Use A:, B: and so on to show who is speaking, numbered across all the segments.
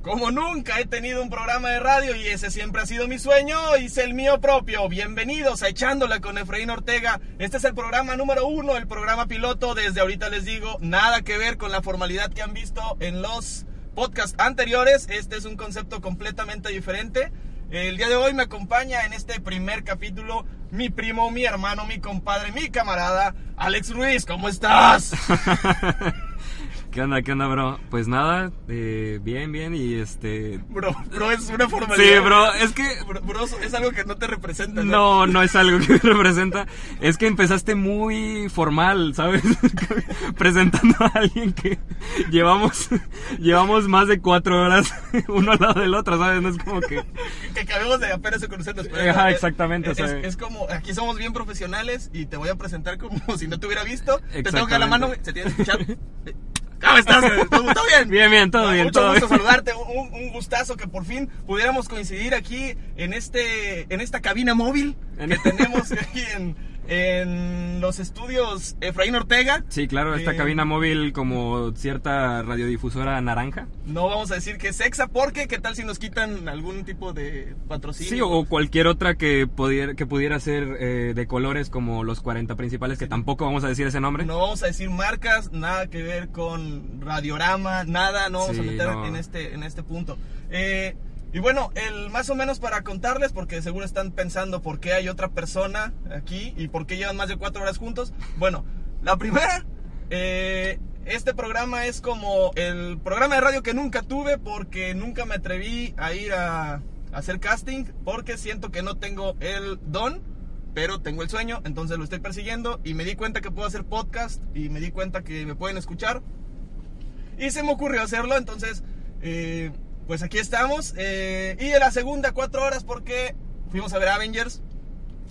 A: Como nunca he tenido un programa de radio y ese siempre ha sido mi sueño, hice el mío propio. Bienvenidos a Echándola con Efraín Ortega. Este es el programa número uno, el programa piloto. Desde ahorita les digo, nada que ver con la formalidad que han visto en los podcasts anteriores. Este es un concepto completamente diferente. El día de hoy me acompaña en este primer capítulo mi primo, mi hermano, mi compadre, mi camarada, Alex Ruiz. ¿Cómo estás?
B: ¿Qué onda, qué onda, bro? Pues nada, eh, bien, bien y este...
A: Bro, bro, es una formalidad.
B: Sí, bro, es que...
A: Bro, bro, es algo que no te representa.
B: No, no es algo que me representa. Es que empezaste muy formal, ¿sabes? Presentando a alguien que llevamos llevamos más de cuatro horas uno al lado del otro, ¿sabes? No es como que...
A: Que acabemos de apenas de conocernos.
B: Pero Ajá, exactamente.
A: Es, o sea, es, como, aquí somos bien profesionales y te voy a presentar como si no te hubiera visto. Te tengo que dar la mano, se tiene que escuchar. ¿Cómo estás? ¿Todo bien? Ah,
B: Bien, bien, todo bien.
A: Mucho
B: todo
A: gusto
B: bien.
A: saludarte. Un, un, gustazo que por fin pudiéramos coincidir aquí en, este, en esta cabina móvil que tenemos aquí en, en los estudios Efraín Ortega.
B: Sí, claro, esta eh, cabina móvil como cierta radiodifusora naranja.
A: No vamos a decir que es sexa porque qué tal si nos quitan algún tipo de patrocinio.
B: Sí, o cualquier otra que pudiera, que pudiera ser eh, de colores como los 40 principales, que sí. tampoco vamos a decir ese nombre.
A: No vamos a decir marcas, nada que ver con radiorama, nada, no vamos sí, a meter no. en, este, en este punto. Eh, y bueno, el más o menos para contarles, porque seguro están pensando por qué hay otra persona aquí y por qué llevan más de cuatro horas juntos. Bueno, la primera, eh, este programa es como el programa de radio que nunca tuve porque nunca me atreví a ir a, a hacer casting porque siento que no tengo el don, pero tengo el sueño, entonces lo estoy persiguiendo y me di cuenta que puedo hacer podcast y me di cuenta que me pueden escuchar y se me ocurrió hacerlo, entonces... Eh, pues aquí estamos. Eh, y de la segunda, cuatro horas, porque fuimos a ver Avengers.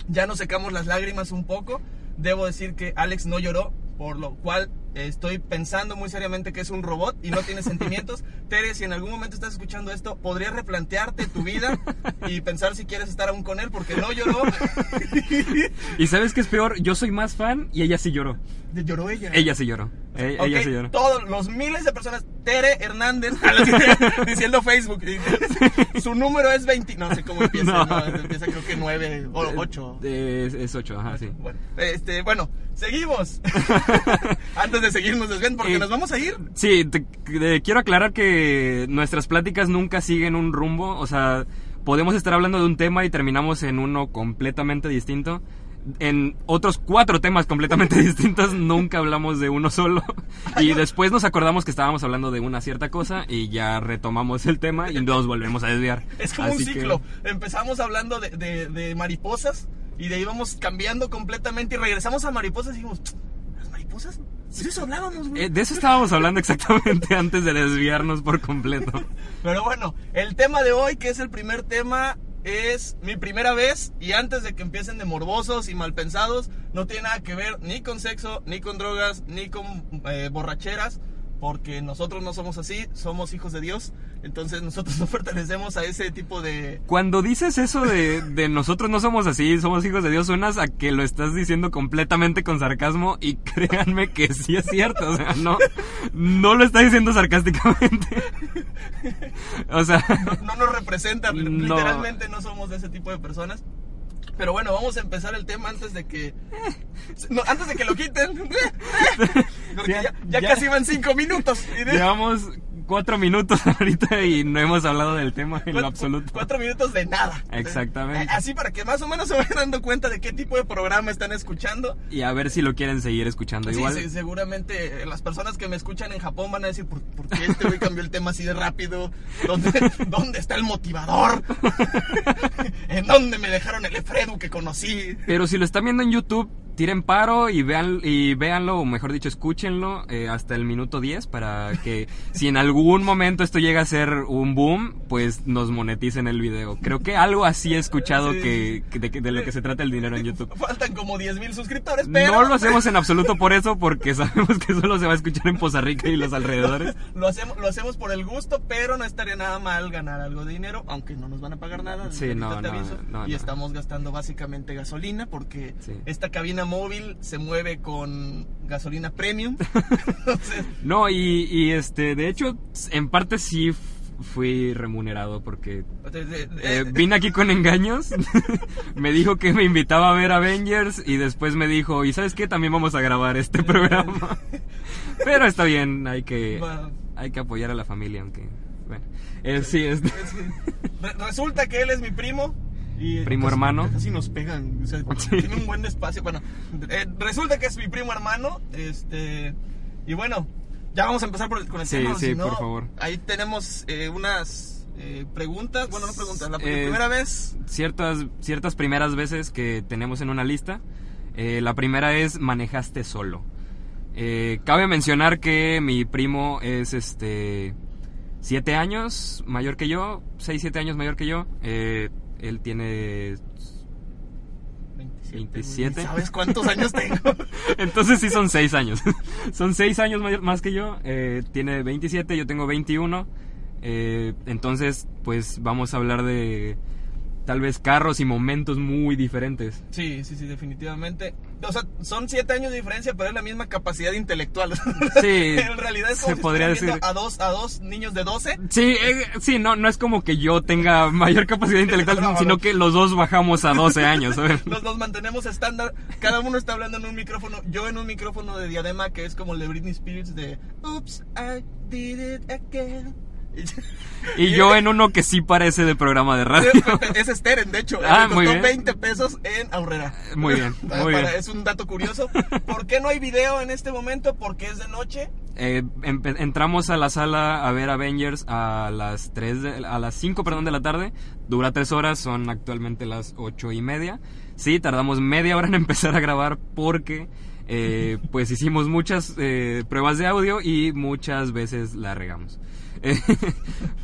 A: Ya nos secamos las lágrimas un poco. Debo decir que Alex no lloró, por lo cual estoy pensando muy seriamente que es un robot y no tiene sentimientos. Tere, si en algún momento estás escuchando esto, podrías replantearte tu vida y pensar si quieres estar aún con él, porque no lloró.
B: y sabes qué es peor, yo soy más fan y ella sí lloró.
A: ¿Lloró ella?
B: Ella sí lloró. E
A: okay,
B: ella sí lloró.
A: Todos los miles de personas, Tere Hernández, diciendo Facebook, su número es 20, no sé cómo empieza, no. Eh, No, empieza creo que 9 o 8.
B: Es, es 8, ajá, sí.
A: Bueno, este, bueno seguimos. Antes de seguirnos desviando porque eh, nos vamos a ir.
B: Sí, te, te, quiero aclarar que nuestras pláticas nunca siguen un rumbo, o sea, podemos estar hablando de un tema y terminamos en uno completamente distinto. En otros cuatro temas completamente distintos nunca hablamos de uno solo y después nos acordamos que estábamos hablando de una cierta cosa y ya retomamos el tema y nos volvemos a desviar.
A: Es como Así un ciclo. Que... Empezamos hablando de, de, de mariposas y de ahí vamos cambiando completamente y regresamos a mariposas y dijimos, las mariposas de eso hablábamos, güey.
B: Eh, de eso estábamos hablando exactamente antes de desviarnos por completo.
A: Pero bueno, el tema de hoy, que es el primer tema, es mi primera vez. Y antes de que empiecen de morbosos y malpensados, no tiene nada que ver ni con sexo, ni con drogas, ni con eh, borracheras. Porque nosotros no somos así, somos hijos de Dios. Entonces nosotros no pertenecemos a ese tipo de...
B: Cuando dices eso de, de, nosotros no somos así, somos hijos de Dios, suenas a que lo estás diciendo completamente con sarcasmo y créanme que sí es cierto, o sea, no, no lo estás diciendo sarcásticamente. O sea...
A: No, no nos representa, no. literalmente no somos de ese tipo de personas. Pero bueno, vamos a empezar el tema antes de que. No, antes de que lo quiten. Porque ya, ya, ya casi van cinco minutos.
B: Llevamos cuatro minutos ahorita y no hemos hablado del tema en lo absoluto.
A: Cuatro minutos de nada. Eh,
B: Exactamente.
A: Así para que más o menos se vayan dando cuenta de qué tipo de programa están escuchando.
B: Y a ver si lo quieren seguir escuchando
A: sí,
B: igual.
A: Sí, seguramente eh, las personas que me escuchan en Japón van a decir, ¿por, por qué este güey cambió el tema así de rápido? ¿Dónde, ¿Dónde está el motivador? ¿En dónde me dejaron el Efredu que conocí?
B: Pero si lo están viendo en YouTube, tiren paro y, vean, y véanlo, o mejor dicho, escúchenlo eh, hasta el minuto 10 para que si en algún momento esto llega a ser un boom, pues nos moneticen el video. Creo que algo así he escuchado
A: Sí.
B: que, que- de, que- de lo que se trata el dinero en YouTube.
A: Faltan como 10 mil suscriptores, pero...
B: No lo hacemos en absoluto por eso, porque sabemos que solo se va a escuchar en Poza Rica y los alrededores.
A: Lo hacemos, lo hacemos por el gusto, pero no estaría nada mal ganar algo de dinero, aunque no nos van a pagar nada.
B: Sí,
A: desde
B: no,
A: ahorita
B: no, no,
A: y
B: no.
A: estamos gastando básicamente gasolina porque
B: Sí.
A: esta cabina móvil se mueve con gasolina premium. Entonces,
B: No, y, y este, de hecho, en parte sí f- fui remunerado porque
A: de- de- de-
B: Eh, vine aquí con engaños. me dijo que me invitaba a ver Avengers y después me dijo, ¿y sabes qué? También vamos a grabar este programa. Pero está bien, hay que,
A: eh, Va.
B: hay que apoyar a la familia, aunque... Bueno, Eh, sí, este-
A: es que re- resulta que él es mi primo. Y eh,
B: Primo
A: casi-
B: hermano.
A: Casi nos pegan. o sea,
B: Sí.
A: Tiene un buen espacio. Bueno, eh, resulta que es mi primo hermano. Este. Y bueno, ya vamos a empezar por el- con el
B: Sí,
A: tema,
B: sí,
A: si no,
B: por favor.
A: Ahí tenemos eh, unas eh, preguntas. Bueno, no preguntas. La
B: Eh,
A: primera vez.
B: ciertas, ciertas primeras veces que tenemos en una lista. Eh, la primera es manejaste solo. Eh, cabe mencionar que mi primo es este siete años mayor que yo, 6, 7 años mayor que yo. Eh, él tiene 27.
A: Ni ¿Sabes cuántos años tengo?
B: Entonces sí son seis años. son seis años mayor- más que yo. eh, tiene 27, yo tengo 21. eh, entonces, pues vamos a hablar de tal vez carros y momentos muy diferentes.
A: sí, sí, sí, definitivamente. O sea, son siete años de diferencia, pero es la misma capacidad intelectual.
B: Sí,
A: en realidad es como
B: se
A: si
B: podría
A: estuvieran viendo
B: decir.
A: A dos, a dos niños de 12.
B: Sí, eh, sí, no, no es como que yo tenga mayor capacidad intelectual,
A: No, no.
B: sino que los dos bajamos a 12 años. ¿sabes?
A: Nos, nos mantenemos estándar. Cada uno está hablando en un micrófono. Yo en un micrófono de diadema que es como el de Britney Spears de Oops, I did it again.
B: Y yo
A: eh,
B: en uno que sí parece de programa de radio.
A: es Steren, de hecho.
B: Ah,
A: Me
B: muy
A: costó
B: bien.
A: 20 pesos en Aurrera.
B: Muy bien,
A: Ah,
B: muy
A: para-
B: bien.
A: Es un dato curioso. ¿Por qué no hay video en este momento? Porque es de noche.
B: Eh, empe- entramos a la sala a ver Avengers a las 3 de- a las 5 perdón, de la tarde. Dura 3 horas, son actualmente las 8 y media. Sí, tardamos media hora en empezar a grabar porque eh, pues hicimos muchas eh, pruebas de audio y muchas veces la regamos. Eh,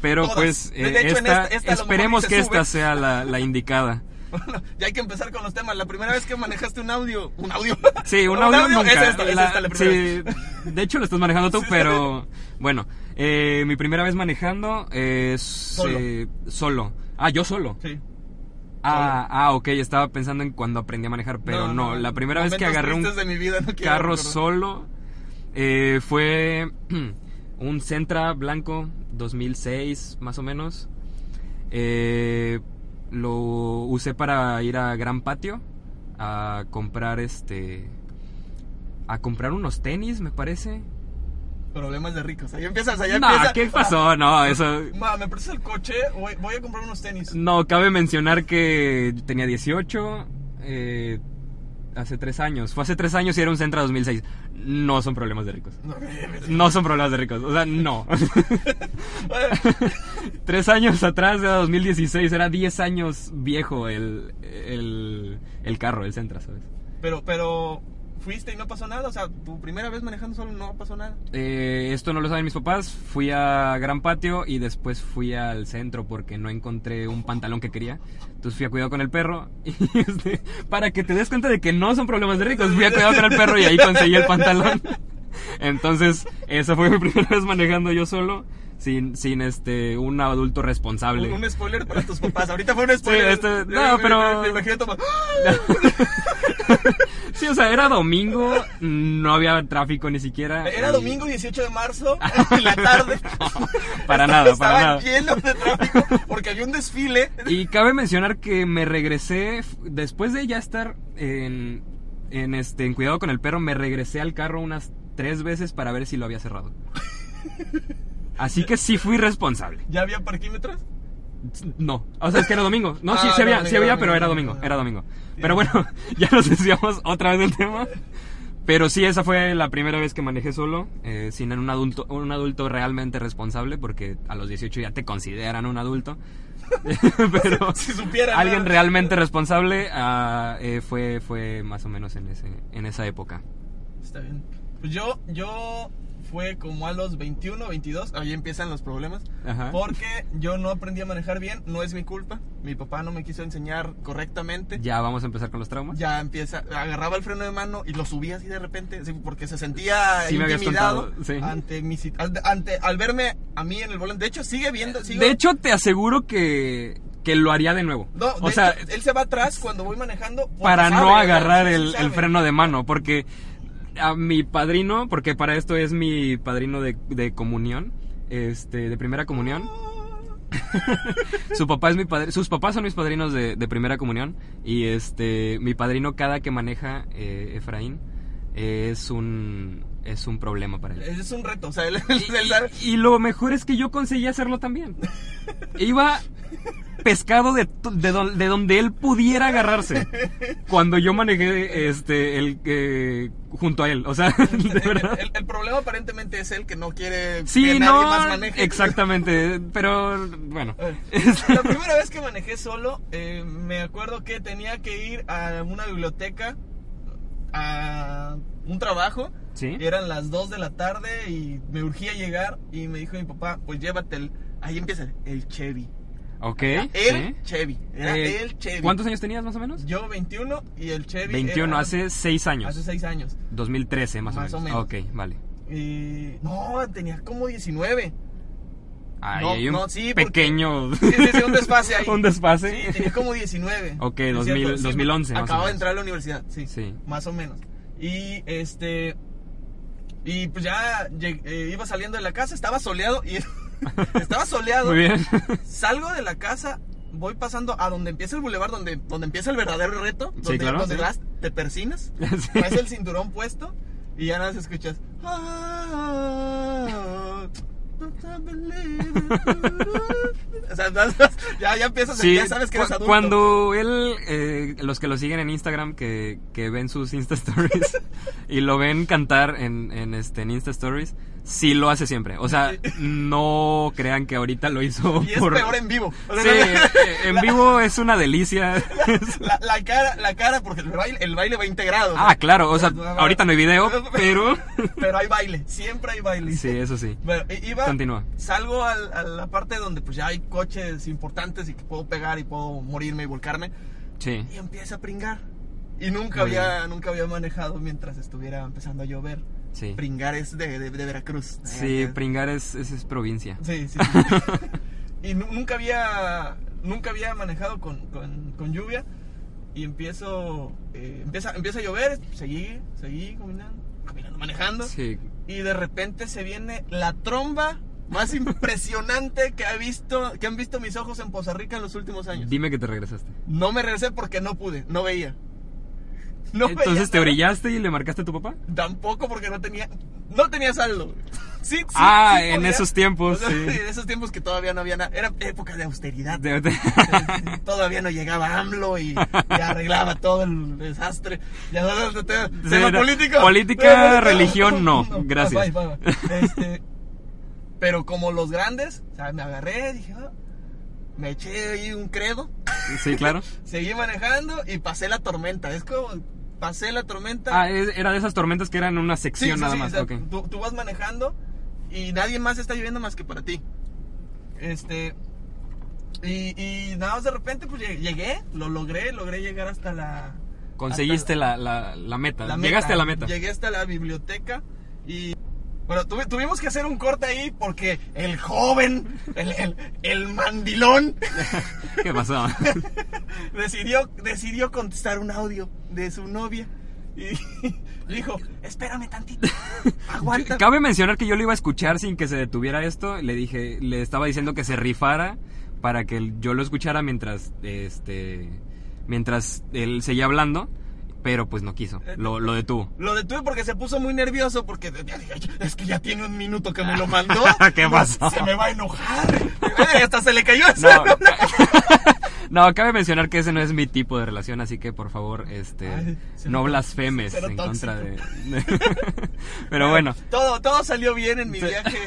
B: Pero
A: Todas.
B: pues
A: De- de
B: eh,
A: hecho, en
B: esta-
A: esta- esta a lo mejor
B: esperemos
A: ni se
B: que esta
A: sube.
B: sea la, la indicada.
A: Bueno, ya hay que empezar con los temas. La primera vez que manejaste un audio. ¿Un audio?
B: Sí, un audio, nunca.
A: Es esta, es
B: La-
A: esta la primera vez.
B: sí, de hecho lo estás manejando tú, pero bueno, eh, mi primera vez manejando es
A: Solo.
B: eh, solo. Ah, yo solo.
A: Sí.
B: Ah, ah, ok, estaba pensando en cuando aprendí a manejar, pero no, la primera vez que
A: momentos
B: agarré un
A: tristes de mi vida, no quiero
B: carro
A: recordar.
B: solo eh, fue un Centra blanco 2006 más o menos. Eh, lo usé para ir a Gran Patio a comprar este a comprar unos tenis, me parece.
A: Problemas de ricos. Ahí empiezas, allá
B: No,
A: empieza. Ah,
B: ¿qué pasó? No, eso
A: Ma, ¿me prestas el coche? Voy, voy a comprar unos tenis.
B: no cabe mencionar que yo tenía 18 eh, hace tres años. Fue hace tres años y era un Centra 2006. No son problemas de ricos.
A: No,
B: No son problemas de ricos, o sea, no. Tres años atrás, era 2016, era 10 años viejo el, el, el carro, el Sentra, ¿sabes?
A: pero, pero fuiste y no pasó nada. O sea, tu primera vez manejando solo no pasó nada.
B: Eh, esto no lo saben mis papás, fui a Gran Patio y después fui al centro porque no encontré un pantalón que quería. Entonces fui a cuidado con el perro y este, para que te des cuenta de que no son problemas de ricos, fui a cuidado con el perro y ahí conseguí el pantalón. Entonces, esa fue mi primera vez manejando yo solo, sin, sin este, un adulto responsable.
A: Un, un spoiler para tus papás. Ahorita fue un spoiler.
B: este- no,
A: Me-
B: pero-
A: Me imagino toma-
B: Sí, o sea, era domingo, no había tráfico ni siquiera.
A: Era
B: Y-
A: domingo 18 de marzo, en la tarde.
B: Para nada, para
A: Estaban
B: nada.
A: llenos de tráfico porque había un desfile.
B: Y cabe mencionar que me regresé, f- después de ya estar en, en, este, en cuidado con el perro, me regresé al carro unas tres veces para ver si lo había cerrado. Así que sí fui responsable.
A: ¿Ya había parquímetros?
B: No, o sea, es que era domingo. No, sí,
A: Ah,
B: sí había,
A: domingo,
B: sí había,
A: domingo, ah.
B: pero era
A: domingo,
B: domingo,
A: domingo.
B: era domingo. Pero bueno, ya nos desviamos otra vez del tema. Pero sí, esa fue la primera vez que manejé solo, eh, sin un adulto, un adulto realmente responsable, porque a los 18 ya te consideran un adulto. pero
A: Si supiera,
B: alguien
A: ¿no?
B: realmente responsable ah, eh, fue, fue más o menos en, ese, en esa época.
A: Está bien. Pues yo, yo fue como a los 21, 22, ahí empiezan los problemas.
B: Ajá.
A: Porque yo no aprendí a manejar bien, no es mi culpa. Mi papá no me quiso enseñar correctamente.
B: Ya vamos a empezar con los traumas.
A: Ya empieza, agarraba el freno de mano y lo subía así de repente, sí, porque se sentía
B: Sí me habías
A: intimidado
B: contado, sí.
A: ante mi sit- ante, ante- al verme a mí en el volante. De hecho, sigue viendo, sigue
B: De hecho, te aseguro que, que lo haría de nuevo.
A: No, de
B: o sea,
A: hecho, él se va atrás cuando voy manejando porque
B: para
A: sabe,
B: no
A: ¿verdad?
B: agarrar
A: Sí, sí
B: el, el
A: sabe.
B: freno de mano, porque a mi padrino, porque para esto es mi padrino de, de comunión, este, de primera comunión. Su papá es mi padre, sus papás son mis padrinos de, de primera comunión y este, mi padrino cada que maneja eh, Efraín eh, es un es un problema para él.
A: Ese es un reto, o sea, él,
B: Y-
A: él sabe-
B: Y, y lo mejor es que yo conseguí hacerlo también. Iba pescado de, to- de, don- de donde él pudiera agarrarse. Cuando yo manejé este el eh, junto a él, o sea, de verdad.
A: El, el problema aparentemente es el que no quiere que
B: Sí,
A: nadie
B: no,
A: más maneje.
B: exactamente, pero bueno.
A: Eh, La primera vez que manejé solo, eh, me acuerdo que tenía que ir a una biblioteca, a un trabajo.
B: Sí.
A: Eran las 2 de la tarde y me urgía llegar y me dijo mi papá, pues llévate el... Ahí empieza el Chevy.
B: Ok.
A: El
B: sí.
A: Chevy. Era
B: Eh,
A: el Chevy.
B: ¿Cuántos años tenías más o menos?
A: Yo 21 y el Chevy...
B: 21,
A: era-
B: hace 6
A: Hace
B: años.
A: 6 años.
B: 2013 más,
A: Más
B: o,
A: o
B: menos.
A: menos.
B: Ok, vale.
A: Y... No, tenía como 19.
B: Ahí
A: No,
B: hay un
A: no, sí, porque-
B: pequeño...
A: Sí, sí, sí, un desfase ahí.
B: un desfase.
A: Sí, tenía como 19.
B: Ok,
A: Es
B: 2000,
A: cierto, sí,
B: 2011, más o
A: Acababa de
B: menos.
A: entrar a la universidad, sí.
B: Sí.
A: Más o menos. Y este. Y pues ya lleg- eh, iba saliendo de la casa, estaba soleado y. estaba soleado.
B: Muy bien.
A: Salgo de la casa, voy pasando a donde empieza el bulevar, donde, donde empieza el verdadero reto.
B: Sí,
A: Donde,
B: claro,
A: donde
B: sí.
A: vas, te persinas,
B: Sí.
A: traes el cinturón puesto y ya nada más escuchas. "Ah, don't I believe it". O sea, vas- vas- ya, ya empiezas,
B: Sí,
A: ya sabes que eres
B: cu-
A: adulto.
B: cuando él, eh, los que lo siguen en Instagram, que, que ven sus Insta Stories y lo ven cantar en, en, este, en Insta Stories, sí lo hace siempre. O sea, no crean que ahorita lo hizo
A: Y es
B: por-
A: peor en vivo. O sea,
B: Sí, eh, en vivo es una delicia.
A: La, la cara, la cara, porque el baile, el baile va integrado.
B: ah, claro, o sea, ahorita no hay video, pero...
A: Pero hay baile, siempre hay baile.
B: Sí, eso sí.
A: Bueno, i- iba,
B: Continúa.
A: Salgo al- a la parte donde pues ya hay coches importantes y que puedo pegar y puedo morirme y volcarme.
B: Sí.
A: Y empieza a pringar. Y nunca
B: Muy
A: había, nunca había manejado mientras estuviera empezando a llover.
B: Sí.
A: Pringar es de, de- de Veracruz.
B: Sí,
A: Allá-
B: pringar es, es, es provincia.
A: Sí, sí. sí. y nu- nunca había nunca había manejado con, con- con lluvia y empiezo eh, empieza empieza a llover, seguí, seguí caminando, caminando, manejando
B: Sí.
A: y de repente se viene la tromba más impresionante que ha visto que han visto mis ojos en Poza Rica en los últimos años.
B: Dime que te regresaste.
A: No me regresé porque no pude, no veía. No veía
B: Entonces te
A: nada.
B: brillaste y le marcaste a tu papá.
A: Tampoco porque no tenía no tenía saldo. Sí, sí,
B: Ah,
A: sí
B: en
A: podía.
B: esos tiempos,
A: O sea,
B: sí.
A: En esos tiempos que todavía no había nada. Era época de austeridad.
B: De- de-
A: Eh, todavía no llegaba AMLO y, y arreglaba todo el desastre. Ya no, no, no, te-
B: Sí,
A: tema
B: no.
A: político.
B: Política, religión, no.
A: bye,
B: Gracias.
A: bye, bye. Este, pero como los grandes, o sea, me agarré, dije, ah, me eché ahí un credo,
B: sí, claro.
A: seguí manejando y pasé la tormenta. Es como, pasé la tormenta.
B: Ah, es- era de esas tormentas que eran una
A: Sí,
B: sección
A: sí,
B: nada
A: sí,
B: más.
A: o sea,
B: ok.
A: tú, tú vas manejando y nadie más está lloviendo más que para ti. Este. Y, y nada más de repente, pues lleg- llegué, lo logré, logré llegar hasta la.
B: Conseguiste
A: hasta
B: la, la, la meta.
A: la
B: Llegaste a la meta.
A: Llegué hasta la biblioteca y. Bueno, tuve- tuvimos que hacer un corte ahí porque el joven, el, el, el mandilón,
B: ¿Qué pasó?
A: decidió, decidió contestar un audio de su novia y dijo: Espérame tantito, aguanta.
B: Cabe mencionar que yo lo iba a escuchar sin que se detuviera esto. Le dije, le estaba diciendo que se rifara para que yo lo escuchara mientras, este, mientras él seguía hablando, pero pues no quiso. Lo, lo detuvo.
A: Lo detuve porque se puso muy nervioso porque es que ya tiene un minuto que me lo mandó.
B: ¿Qué pasó?
A: Se me va a enojar. Eh, hasta se le cayó el
B: No.
A: celular.
B: No, cabe mencionar que ese no es mi tipo de relación, así que por favor, este,
A: Ay, cero
B: no
A: tó-
B: blasfemes
A: cero
B: en
A: tóxico.
B: contra de... Pero bueno,
A: Todo, todo salió bien en mi viaje.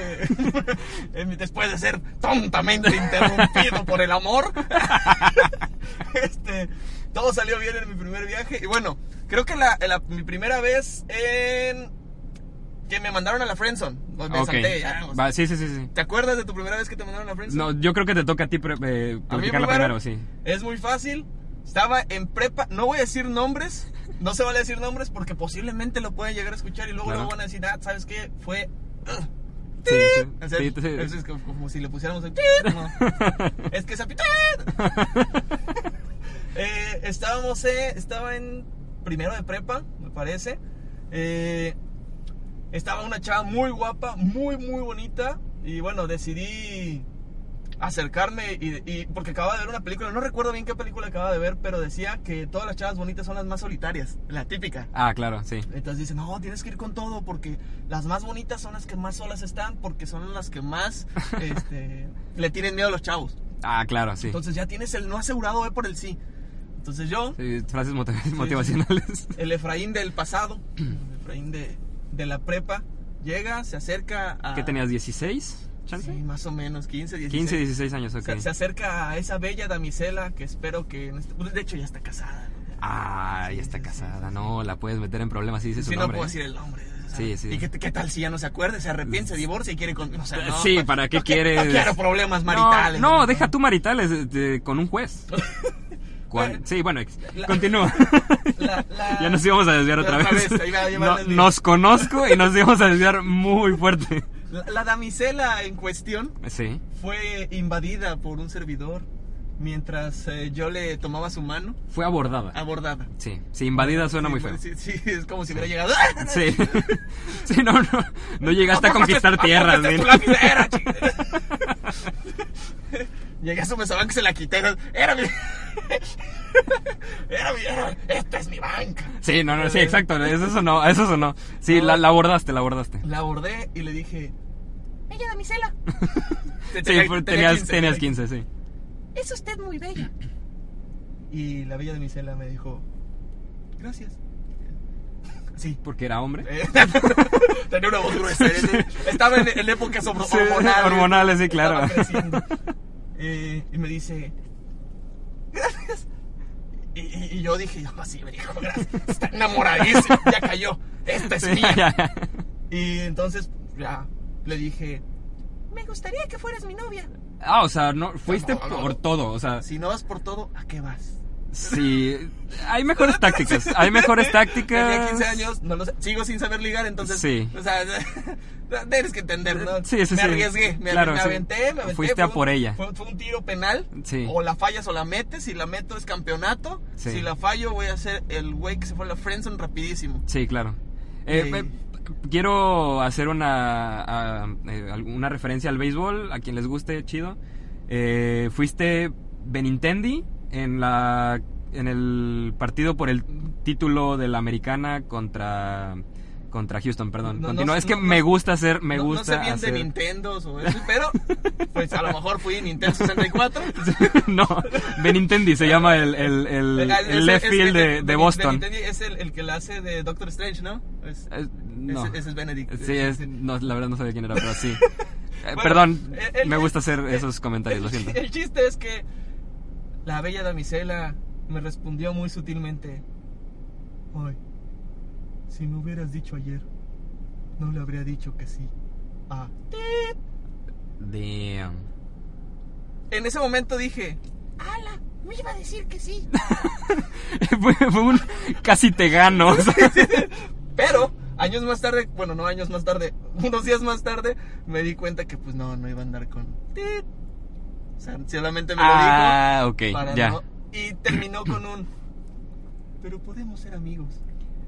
A: en mi- después de ser tontamente interrumpido por el amor. este, todo salió bien en mi primer viaje. Y bueno, creo que la, la- mi primera vez en. que me mandaron a la Friendzone. Pues Ah, Me
B: ok.
A: salté, ya, o sea,
B: Va, sí, sí, sí, sí.
A: ¿Te acuerdas de tu primera vez que te mandaron a la Friendzone?
B: No, yo creo que te toca a ti pre- eh,
A: A mí
B: platicarla primero, sí.
A: Es muy fácil. Estaba en prepa. No voy a decir nombres. No se vale decir nombres porque posiblemente lo pueden llegar a escuchar y luego
B: Claro.
A: lo van a decir, ah, ¿sabes qué? Fue. ugh".
B: Sí, sí.
A: O sea,
B: Sí, sí.
A: es, es como, como si le pusiéramos el. no. es que esa eh, estábamos eh, estaba en primero de prepa, me parece. Eh, estaba una chava muy guapa, muy muy bonita y bueno, decidí acercarme y, y- porque acababa de ver una película, no recuerdo bien qué película acababa de ver, pero decía que todas las chavas bonitas son las más solitarias, la típica.
B: Ah, claro, sí.
A: Entonces dicen, no, tienes que ir con todo porque las más bonitas son las que más solas están porque son las que más este, le tienen miedo a los chavos.
B: Ah, claro, sí.
A: Entonces ya tienes el no asegurado, ve por el sí. Entonces yo,
B: Sí, frases motiv- motivacionales.
A: el Efraín del pasado, el Efraín de, de la prepa, llega, se acerca a...
B: ¿Qué tenías, 16? ¿Chance?
A: Ah. Sí, más o menos, 15, 16.
B: 15, 16 años, ok.
A: Se, se acerca a esa bella damisela que espero que... en este- pues, de hecho ya está casada. ¿no?
B: Ah, ya está casada. No, la puedes meter en problemas si dices su
A: Sí, no
B: nombre.
A: puedo decir el nombre. o sea,
B: Sí, sí.
A: ¿Y qué, qué tal si ya no se acuerda, se arrepiente, se divorcia y quiere con... o sea, no,
B: Sí,
A: pa-
B: ¿para qué
A: no quiero-
B: quieres?
A: No quiero problemas
B: No,
A: maritales.
B: No, deja tú maritales este, con un juez. Cuan- Sí, bueno, ex-
A: La-
B: continúa.
A: La- la-
B: Ya nos íbamos a desviar
A: la
B: otra vez.
A: ahí va a llevar
B: No,
A: el-
B: nos conozco y nos íbamos a desviar muy fuerte.
A: La- la damisela en cuestión
B: Sí.
A: fue invadida por un servidor mientras eh, yo le tomaba su mano
B: Fue abordada.
A: abordada.
B: Sí. Sí, invadida suena
A: Sí,
B: muy feo.
A: pues, Ah. Sí, sí, es como si hubiera llegado. ¡Ah!
B: Sí. Sí, no, no. No llegaste a conquistar tierras.
A: Apócate
B: ni-
A: tu lapicera, chica. Llegué a su mesabanca y se la quité. Era mi. Era mi. Era... Esta es mi banca.
B: Sí, no,
A: Eh,
B: no, sí, exacto. Eso sonó, eso sonó. Sí, la, la abordaste, la abordaste.
A: La abordé y le dije.
C: Bella damisela,
A: te-
B: Sí,
A: tenía-
B: pero
A: tenía
B: tenías, tenías 15, sí.
C: es usted muy bella.
A: Y la bella de misela me dijo. Gracias. Sí.
B: Porque era hombre.
A: Eh, Tenía una voz gruesa. eh, Estaba en, en épocas hormo-
B: Sí,
A: hormonales.
B: hormonales, sí, claro.
A: Estaba creciendo. Eh, y me dice, gracias. Y, y- y yo dije, no, sí, me dijo, gracias. Está enamoradísimo, ya cayó. Esta es
B: Sí,
A: mía.
B: ya, ya.
A: Y entonces ya le dije,
C: Me gustaría que fueras mi novia.
B: Ah, o sea, no, fuiste
A: No, no, no.
B: por todo. O sea,
A: si no vas por todo, ¿a qué vas?
B: sí. Hay mejores tácticas. Hay mejores tácticas.
A: Tenía 15 años, no lo sé, sigo sin saber ligar, entonces.
B: Sí.
A: O sea, tienes que entender, ¿no?
B: Sí, sí,
A: me
B: sí.
A: arriesgué, me,
B: Claro,
A: me
B: sí.
A: aventé, me aventé.
B: Fuiste
A: fue
B: a
A: un-
B: por ella.
A: Fue, fue un tiro penal.
B: Sí.
A: O la fallas o la metes. Si la meto es campeonato.
B: Sí.
A: Si la fallo, voy a ser el güey que se fue a la Friendzone rapidísimo.
B: Sí, claro. Eh,
A: Sí.
B: eh, quiero hacer una, a- eh, alguna referencia al béisbol, a quien les guste, chido. Eh, fuiste Benintendi en, la, en el partido por el título de la americana contra, contra Houston,
A: No,
B: perdón.
A: no
B: Continúa.
A: sé,
B: es que
A: no,
B: me
A: no-
B: gusta hacer, me
A: No- no,
B: gusta
A: sé bien
B: hacer...
A: de Nintendo o eso, pero pues a lo mejor fui Nintendo 64.
B: no, Benintendi se llama el, el, el-
A: Ah,
B: el
A: ese-
B: left
A: ese
B: field de, de
A: Nintendo
B: Boston.
A: es el, el que la hace de Doctor Strange, ¿no? Es-
B: Eh, no.
A: Ese, ese es Benedict.
B: Sí, es, no, la verdad no sabía quién era, pero sí. Eh,
A: Bueno,
B: Perdón,
A: el- el-
B: me gusta hacer
A: eh,
B: esos comentarios, lo siento.
A: El chiste es que la bella damisela me respondió muy sutilmente. Ay, si me hubieras dicho ayer, no le habría dicho que sí. Ah.
B: Damn.
A: En ese momento dije,
C: Ala, me iba a decir que sí.
B: fue, fue un casi te gano. o sea,
A: pero años más tarde, bueno, no años más tarde, unos días más tarde, me di cuenta que pues no, no iba a andar con... tit. O sea, solamente me lo dijo.
B: ah, ok,
A: para
B: ya.
A: no- y terminó con un... Pero podemos ser amigos.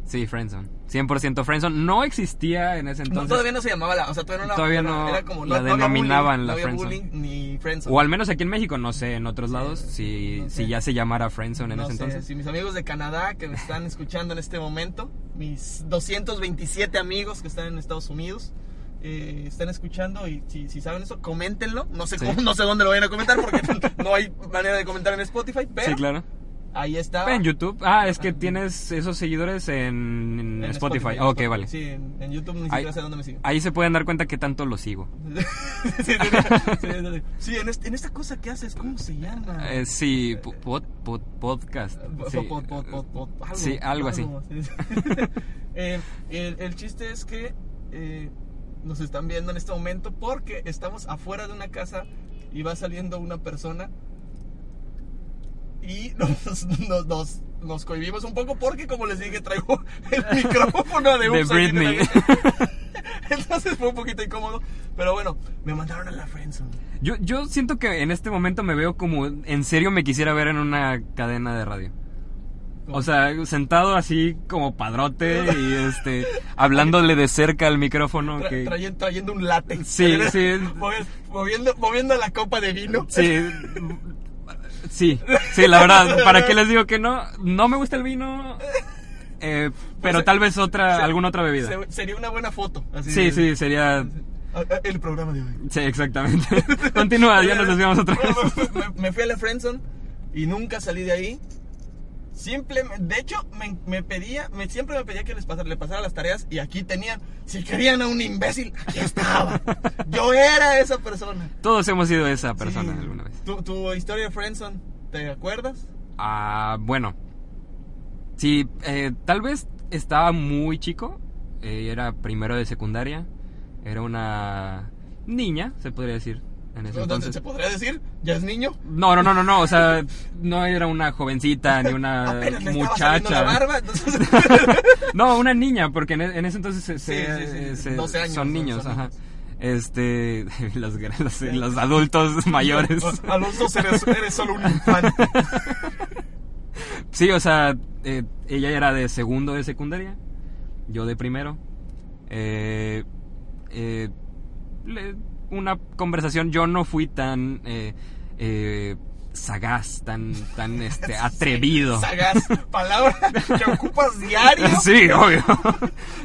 B: Sí, Friendzone. 100% Friendzone. No existía en ese
A: No,
B: entonces.
A: todavía no se llamaba la, o sea, todavía no la,
B: Todavía
A: era-
B: no
A: era como,
B: la
A: había
B: denominaban
A: bullying,
B: la
A: no había
B: friendzone.
A: bullying ni friendzone.
B: O al menos aquí en México, no sé, en otros lados, si,
A: no
B: si
A: sé.
B: ya se llamara Friendzone en
A: No
B: ese
A: sé,
B: entonces.
A: si mis amigos de Canadá que me están escuchando en este momento, mis 227 amigos que están en Estados Unidos, eh, están escuchando y si, si saben eso, coméntenlo. No sé,
B: Sí.
A: cómo- no sé dónde lo vayan a comentar porque no hay manera de comentar en Spotify, pero
B: Sí, claro.
A: ahí está.
B: En YouTube. Ah, es que tienes esos seguidores en, en
A: En
B: Spotify.
A: en
B: Ah, ok, vale.
A: Sí, en, en YouTube ni
B: Ahí- Ah.
A: siquiera sé dónde me siguen.
B: Ahí se pueden dar cuenta que tanto lo sigo.
A: sí, sí, sí, sí, sí, en, este- en esta cosa que haces, ¿cómo se llama?
B: Eh, sí, po- pod- pod- podcast.
A: Po-
B: Sí,
A: po- po- po- po- algo,
B: sí, algo así.
A: sí. Eh, el, el chiste es que eh, nos están viendo en este momento porque estamos afuera de una casa y va saliendo una persona y nos, nos, nos, nos cohibimos un poco porque, como les dije, traigo el micrófono de,
B: De
A: Ups aquí en la
B: Britney.
A: mesa. Entonces fue un poquito incómodo, pero bueno, me mandaron a la friendzone.
B: Yo, yo siento que en este momento me veo como en serio me quisiera ver en una cadena de radio. O sea, sentado así como padrote y este hablándole de cerca al micrófono
A: Tra-
B: que
A: trayen- trayendo un látex.
B: Sí, sí.
A: Movi- Moviendo, moviendo la copa de vino.
B: sí sí, sí, la verdad, para qué les digo que no, no me gusta el vino. eh, pero tal vez otra alguna otra bebida.
A: Se- sería una buena foto. así
B: Sí,
A: de-
B: sí, sería
A: Ah, ah, El programa de hoy.
B: sí, exactamente. Continúa, ya nos desviamos otra vez.
A: Bueno, me- me, me fui a la Friendzone y nunca salí de ahí. Simplemente, de hecho, me, me pedía, me, siempre me pedía que les pasara, le pasara las tareas y aquí tenían, si querían a un imbécil, aquí estaba. Yo era esa persona.
B: Todos hemos sido esa persona
A: Sí.
B: alguna vez.
A: Tu, tu historia de Friendzone, ¿te acuerdas?
B: Ah, bueno. Sí, eh, tal vez estaba muy chico. eh, era primero de secundaria. Era una niña, se podría decir. En ese
A: Entonces,
B: entonces.
A: ¿se podría decir? ¿Ya es niño?
B: No, no, no, no, no. O sea, no era una jovencita ni una
A: Apenas le estaba saliendo la
B: muchacha.
A: barba, entonces...
B: No, una niña, porque en, e- en ese entonces se, se-
A: Sí, sí, sí,
B: se-
A: 12 años,
B: son
A: son-
B: niños.
A: son
B: ajá.
A: niños.
B: Este, los, gra- los- los adultos mayores.
A: A- Alonso, eres, eres solo un infante.
B: Sí, o sea, eh, ella era de segundo de secundaria, yo de primero. Eh, eh, le- una conversación, yo no fui tan eh, eh, sagaz, tan, tan este, atrevido.
A: Sagaz, palabra que ocupas diario.
B: Sí, obvio.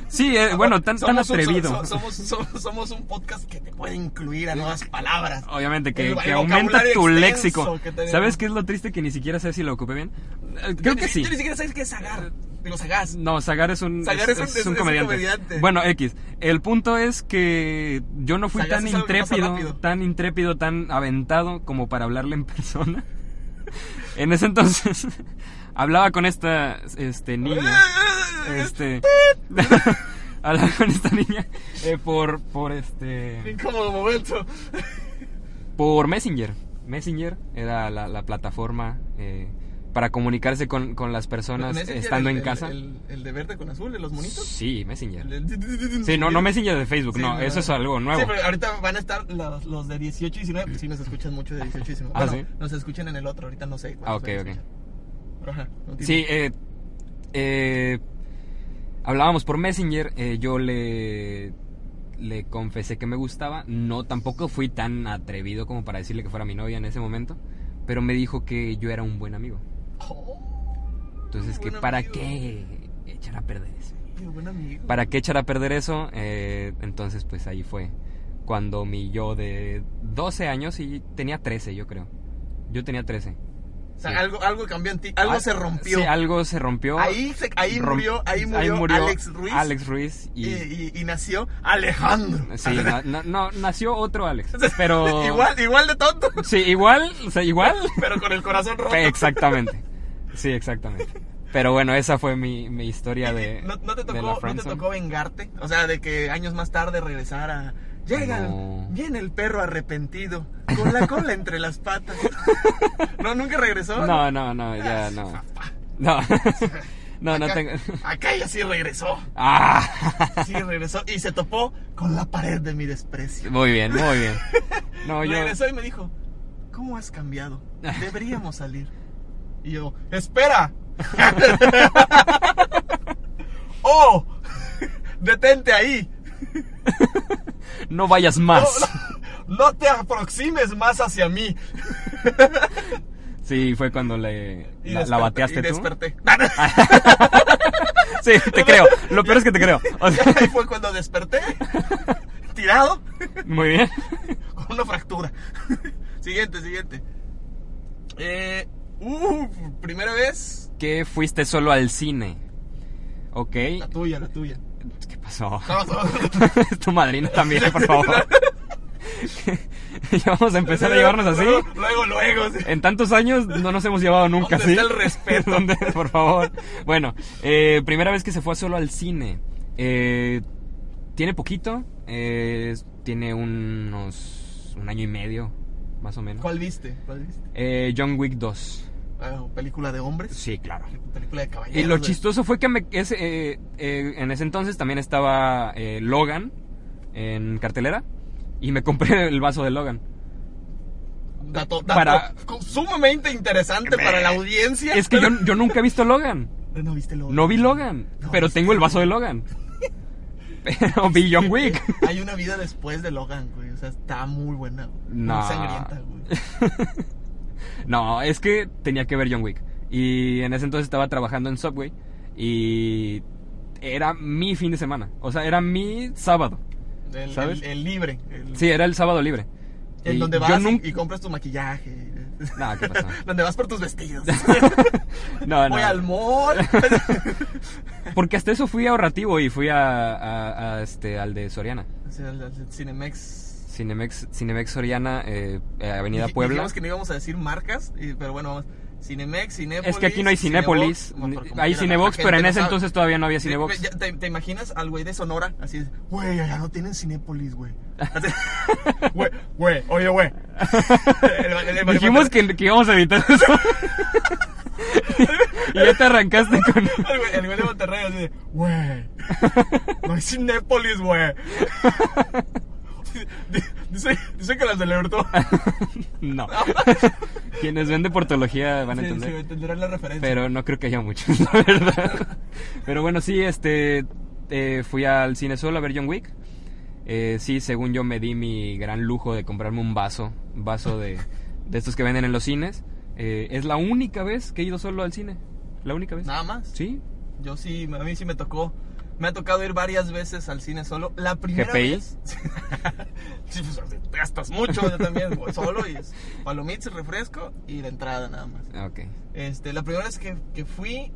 B: Sí, eh, bueno, tan, tan
A: Somos un-
B: atrevido.
A: so- so- somos, somos, somos un podcast que te puede incluir a nuevas palabras.
B: Obviamente
A: El-
B: que,
A: el
B: que aumenta
A: vocabulario
B: tu
A: extenso
B: léxico.
A: que tenemos.
B: ¿Sabes qué es lo triste? Que ni siquiera sé si lo ocupé bien. Eh, Creo
A: Yo
B: que
A: ni-
B: sí.
A: Yo ni siquiera sabes qué es Sagaz. Digo, Sagaz.
B: No, Zagar es un,
A: Zagar es un- es- es un comediante.
B: Bueno, X. El punto es que yo no fui
A: Zagar
B: tan
A: sí sabe que pasa
B: intrépido,
A: rápido.
B: tan intrépido, tan aventado como para hablarle en persona. en ese entonces hablaba con esta este niña, este hablaba con esta niña eh, por por este
A: Incómodo momento.
B: por Messenger. Messenger era la, la plataforma eh, para comunicarse con, con las personas
A: Messenger,
B: estando
A: el-
B: en
A: el-
B: casa.
A: El, el de verde con azul, de los monitos.
B: Sí, Messenger.
A: El-
B: Sí, no, no Messenger de Facebook,
A: Sí,
B: no,
A: no,
B: eso
A: no.
B: es algo nuevo.
A: Sí, pero ahorita van a estar los, los de 18 y 19. Sí, nos escuchan mucho de 18 y 19.
B: Ah,
A: bueno,
B: ¿sí?
A: nos escuchan en el otro, ahorita no sé.
B: ah,
A: cuántos
B: ok,
A: nos
B: ok.
A: escuchan. Pero ajá, continúa.
B: Sí, eh, eh, hablábamos por Messenger, eh, yo le, le confesé que me gustaba, no, tampoco fui tan atrevido como para decirle que fuera mi novia en ese momento, pero me dijo que yo era un buen amigo.
A: Oh,
B: Entonces, que
A: Buen
B: ¿para
A: amigo.
B: qué echar a perder eso?
A: Qué buen amigo.
B: ¿Para qué echar a perder eso? Eh, entonces, pues ahí fue. Cuando mi yo de 12 años y tenía 13, yo creo. Yo tenía 13.
A: O sea,
B: sí.
A: algo, algo cambió en ti, algo
B: Ah,
A: se rompió.
B: Sí, algo se rompió.
A: ahí, se- ahí,
B: Rom-
A: murió, ahí murió, Alex Ruiz.
B: Alex Ruiz
A: y,
B: y...
A: y- y nació Alejandro.
B: Sí, na- na- no, nació otro Alex, pero...
A: igual, igual de tonto,
B: Sí, igual, o sea, igual.
A: pero con el corazón roto.
B: exactamente. Sí, exactamente. Pero bueno, esa fue mi, mi historia de...
A: ¿No, no te
B: de
A: tocó,
B: la
A: ¿No te
B: friendzone.
A: tocó vengarte? O sea, de que años más tarde regresara. Llega,
B: No.
A: viene el perro arrepentido, con la cola entre las patas. no, nunca regresó.
B: No, no, no, ya no. No, no, no
A: Acá-
B: tengo...
A: Acá ella sí regresó.
B: Ah,
A: Sí regresó y se topó con la pared de mi desprecio.
B: muy bien, muy bien. No, yo...
A: Regresó y me dijo, ¿cómo has cambiado? Deberíamos salir. Y yo, espera. oh, detente ahí.
B: No vayas más.
A: No te aproximes más hacia mí.
B: Sí, fue cuando le...
A: Y
B: La, la
A: desperté-
B: bateaste
A: y
B: tú. Ah,
A: desperté.
B: Sí, te creo. Lo peor es que te creo. O sea,
A: Ahí fue cuando desperté. tirado
B: Muy bien.
A: con una fractura. siguiente, siguiente. Eh, uh, primera vez.
B: Que fuiste solo al cine. Ok.
A: La tuya, la tuya.
B: ¿Qué pasó?
A: No, no.
B: Es tu madrina también, por favor. ya vamos a empezar a llevarnos así.
A: Luego, luego, luego, sí.
B: En tantos años no nos hemos llevado nunca
A: ¿Dónde
B: así.
A: está el respeto?
B: ¿Dónde? por favor. Bueno, eh, primera vez que se fue solo al cine. Eh, tiene poquito. eh, tiene unos. un año y medio, más o menos.
A: ¿Cuál viste? ¿Cuál viste?
B: Eh, John Wick 2.
A: Ah, ¿Película de hombres?
B: Sí, claro.
A: Película de caballeros.
B: Y lo
A: de-
B: chistoso fue que me- ese, eh, eh, en ese entonces también estaba eh, Logan en cartelera y me compré el vaso de Logan.
A: Dato, dato
B: para-
A: sumamente interesante para la audiencia.
B: Es que yo, yo nunca he visto Logan.
A: No viste lo
B: No vi Logan,
A: No,
B: pero
A: viste
B: tengo el vaso de Logan. Pero vi John Wick.
A: Hay una vida después de Logan, güey. O sea, está muy buena. güey. Muy
B: Nah.
A: sangrienta, güey.
B: No, es que tenía que ver John Wick. Y en ese entonces estaba trabajando en Subway y era mi fin de semana. O sea, era mi sábado.
A: El- El,
B: ¿Sabes?
A: el libre. El,
B: Sí, era el sábado libre.
A: En
B: Y
A: donde
B: yo
A: vas y-
B: nunca-
A: y compras tu maquillaje.
B: No, ¿qué pasó?
A: donde vas por tus vestidos.
B: No,
A: Voy
B: no.
A: al mall.
B: Porque hasta eso fui ahorrativo y fui a, a- a, este, al de Soriana.
A: O sea, al- al Cinemex.
B: Cinemex, Cinemex Soriana, eh, eh, Avenida
A: Dij-
B: Puebla.
A: Dijimos que no íbamos a decir marcas, y- pero bueno, vamos. Cinemex, Cinépolis.
B: Es que aquí no hay Cinépolis,
A: Cinebox. Bueno, pero como quiera,
B: hay
A: la
B: Cinebox,
A: gente
B: pero en
A: no
B: ese
A: sabe.
B: entonces todavía no había
A: Sí,
B: Cinebox.
A: ya- ¿Te, te imaginas al güey de Sonora? Así es, güey, allá no tienen Cinépolis, güey. Así- Güey, güey, oye, güey. El- el- el-
B: Dijimos que, que íbamos a evitar eso. y ya te arrancaste con...
A: El güey- el güey de Monterrey así de, güey, no hay Cinépolis, güey. Di- Dice, dice que las celebró.
B: No. Quienes ven deportología van a
A: Sí,
B: entender.
A: sí, entenderán la referencia.
B: Pero no creo que haya muchos, la verdad. Pero bueno, sí, este. eh, fui al cine solo a ver John Wick. Eh, sí, según yo me di mi gran lujo de comprarme un vaso. Un vaso de, de estos que venden en los cines. Eh, es la única vez que he ido solo al cine. La única vez.
A: Nada más.
B: Sí.
A: Yo sí, a mí sí me tocó. Me ha tocado ir varias veces al cine solo. La primera
B: ¿GPI?
A: vez. sí, pues, te gastas mucho. Yo también voy solo y es palomitas, refresco y la entrada nada más.
B: Ah, Ok.
A: Este, la primera vez que, que fui,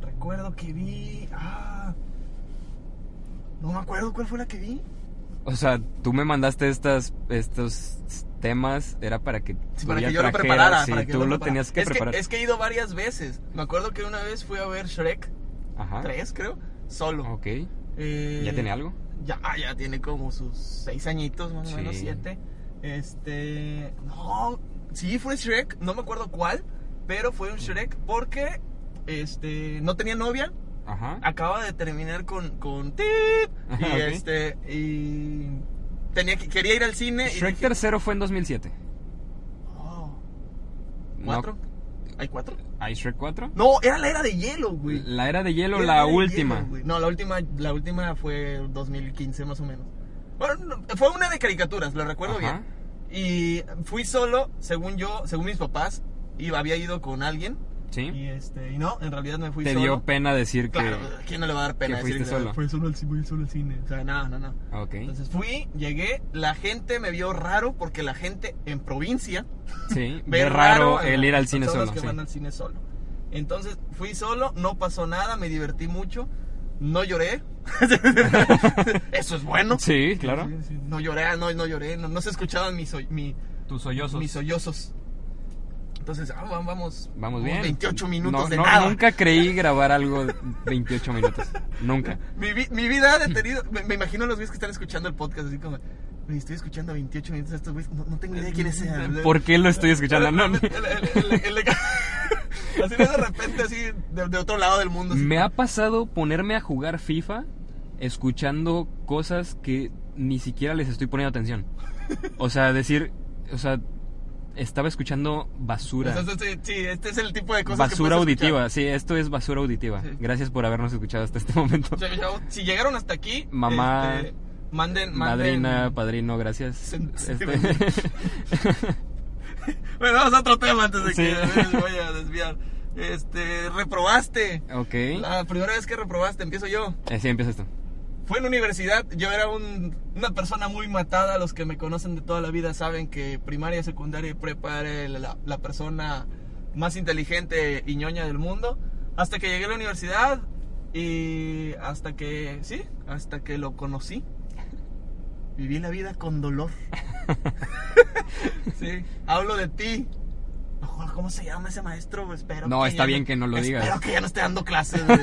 A: recuerdo que vi. Ah, no me acuerdo cuál fue la que vi.
B: O sea, tú me mandaste estas, estos temas. Era para que.
A: Sí,
B: tú
A: para
B: ya
A: que yo lo
B: trajeras,
A: preparara.
B: sí,
A: para que
B: tú
A: yo
B: lo
A: preparara.
B: tenías que
A: es
B: preparar.
A: es que he ido varias veces. Me acuerdo que una vez fui a ver Shrek
B: Ajá.
A: 3, creo, solo.
B: Ok.
A: Eh,
B: ¿Ya tenía algo?
A: Ya, ah, ya tiene como sus seis añitos, más
B: Sí.
A: o menos siete. Este. No, sí, fue Shrek, no me acuerdo cuál, pero fue un Shrek porque este, no tenía novia,
B: Ajá.
A: acaba de terminar con. con Tip, y
B: Ajá, Ah, ok.
A: este. Y. Tenía que, quería ir al cine. y
B: Shrek
A: dije,
B: tercero fue en 2007.
A: "Oh,
B: No-
A: ¿Cuatro? ¿Hay cuatro?
B: ¿Hay Shrek 4?
A: No, era la era de hielo, güey.
B: La era de hielo,
A: Era
B: la
A: de
B: última.
A: hielo, güey. no, la última, la última fue 2015 más o menos. Bueno, no, fue una de caricaturas, lo recuerdo
B: Ajá.
A: bien. Y fui solo, según yo, según mis papás, iba, había ido con alguien.
B: ¿Sí?
A: Y este, y no, en realidad me fui
B: Te
A: solo.
B: dio pena decir que...
A: Claro, ¿a ¿quién no le va a dar pena
B: que fuiste solo.
A: Fue solo al cine, voy solo al cine. O sea, no, no, no.
B: Ok.
A: Entonces fui, llegué, la gente me vio raro porque la gente en provincia
B: Sí,
A: ve
B: es raro
A: a
B: el ir al
A: las
B: cine
A: personas
B: solo.
A: que
B: sí.
A: van al cine solo. Entonces fui solo, no pasó nada, me divertí mucho, no lloré. Eso es bueno.
B: Sí, claro.
A: Sí, sí, No lloré, ah, no, no lloré, no, no se escuchaban mis, soll- mi-
B: Tus sollozos.
A: mis sollozos. Entonces, ah, vamos, vamos.
B: Vamos bien.
A: 28 minutos
B: No,
A: de
B: no,
A: nada.
B: Nunca creí grabar algo de 28 minutos. Nunca.
A: Mi, vi- mi vida ha detenido. Me, me imagino a los güeyes que están escuchando el podcast, así como. "Güey, Estoy escuchando 28 minutos a estos güeyes. No, no tengo idea de quiénes sean.
B: ¿Por qué lo estoy escuchando? No, no.
A: El- el- el- el- el- así de repente, así de, de otro lado del mundo. así.
B: Me ha pasado ponerme a jugar FIFA escuchando cosas que ni siquiera les estoy poniendo atención. O sea, decir... O sea, estaba escuchando basura.
A: Entonces, sí, sí, este es el tipo de cosas. que
B: Basura
A: puedes escuchar.
B: auditiva, sí, esto es basura auditiva.
A: Sí.
B: Gracias por habernos escuchado hasta este momento.
A: Ya- ya- Si llegaron hasta aquí,
B: Mamá,
A: este, manden, manden.
B: Madrina, padrino, gracias.
A: Sen-
B: Este-
A: Bueno, vamos a otro tema antes de que
B: Sí.
A: me voy a desviar. Este, reprobaste.
B: ok. Eh,
A: La primera vez que reprobaste, empiezo yo.
B: sí, empieza esto.
A: Fue en universidad, yo era un- una persona muy matada, los que me conocen de toda la vida saben que primaria, secundaria y prepa era la, la persona más inteligente y ñoña del mundo. Hasta que llegué a la universidad y hasta que, sí, hasta que lo conocí. Viví la vida con dolor. sí, hablo de ti. No, joder, ¿Cómo se llama ese maestro? Espero
B: No,
A: que
B: está
A: ya
B: bien que no lo digas.
A: Espero que ya no esté dando clases. güey.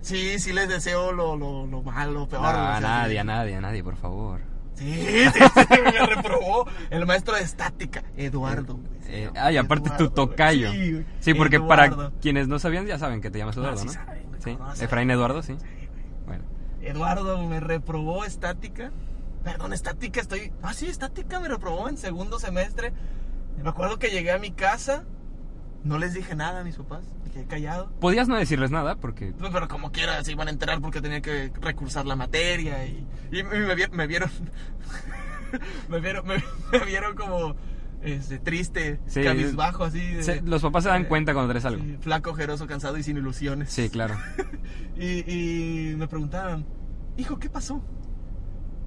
A: sí, sí les deseo lo, lo, lo malo, peor.
B: No, a
A: o sea,
B: nadie, a nadie, a nadie, por favor.
A: Sí, sí, sí, me reprobó el maestro de estática, Eduardo. güey, se
B: Eh,
A: llama,
B: ay, aparte tu
A: Eduardo,
B: tocayo.
A: güey. Sí, güey,
B: Sí, porque para
A: Eduardo.
B: quienes no sabían, ya saben que te llamas
A: No,
B: Eduardo,
A: sí
B: ¿no?
A: saben, güey,
B: Sí.
A: cómo no saben.
B: Efraín Eduardo, sí.
A: Sí, güey.
B: Bueno.
A: Eduardo me reprobó estática. Perdón, estática, estoy. Ah, sí, estática me reprobó en segundo semestre. Me acuerdo que llegué a mi casa, no les dije nada a mis papás, me quedé callado.
B: Podías no decirles nada porque
A: Pues, Pero como quiera, se iban a enterar porque tenía que recursar la materia y, y me, vi- me vieron. me vieron, me, me vieron como este, triste,
B: Sí,
A: cabizbajo, así. de-
B: se- los papás se dan
A: eh,
B: cuenta cuando traes algo.
A: sí, flaco, ojeroso, cansado y sin ilusiones.
B: Sí, claro.
A: Y, y me preguntaron, hijo, ¿qué pasó?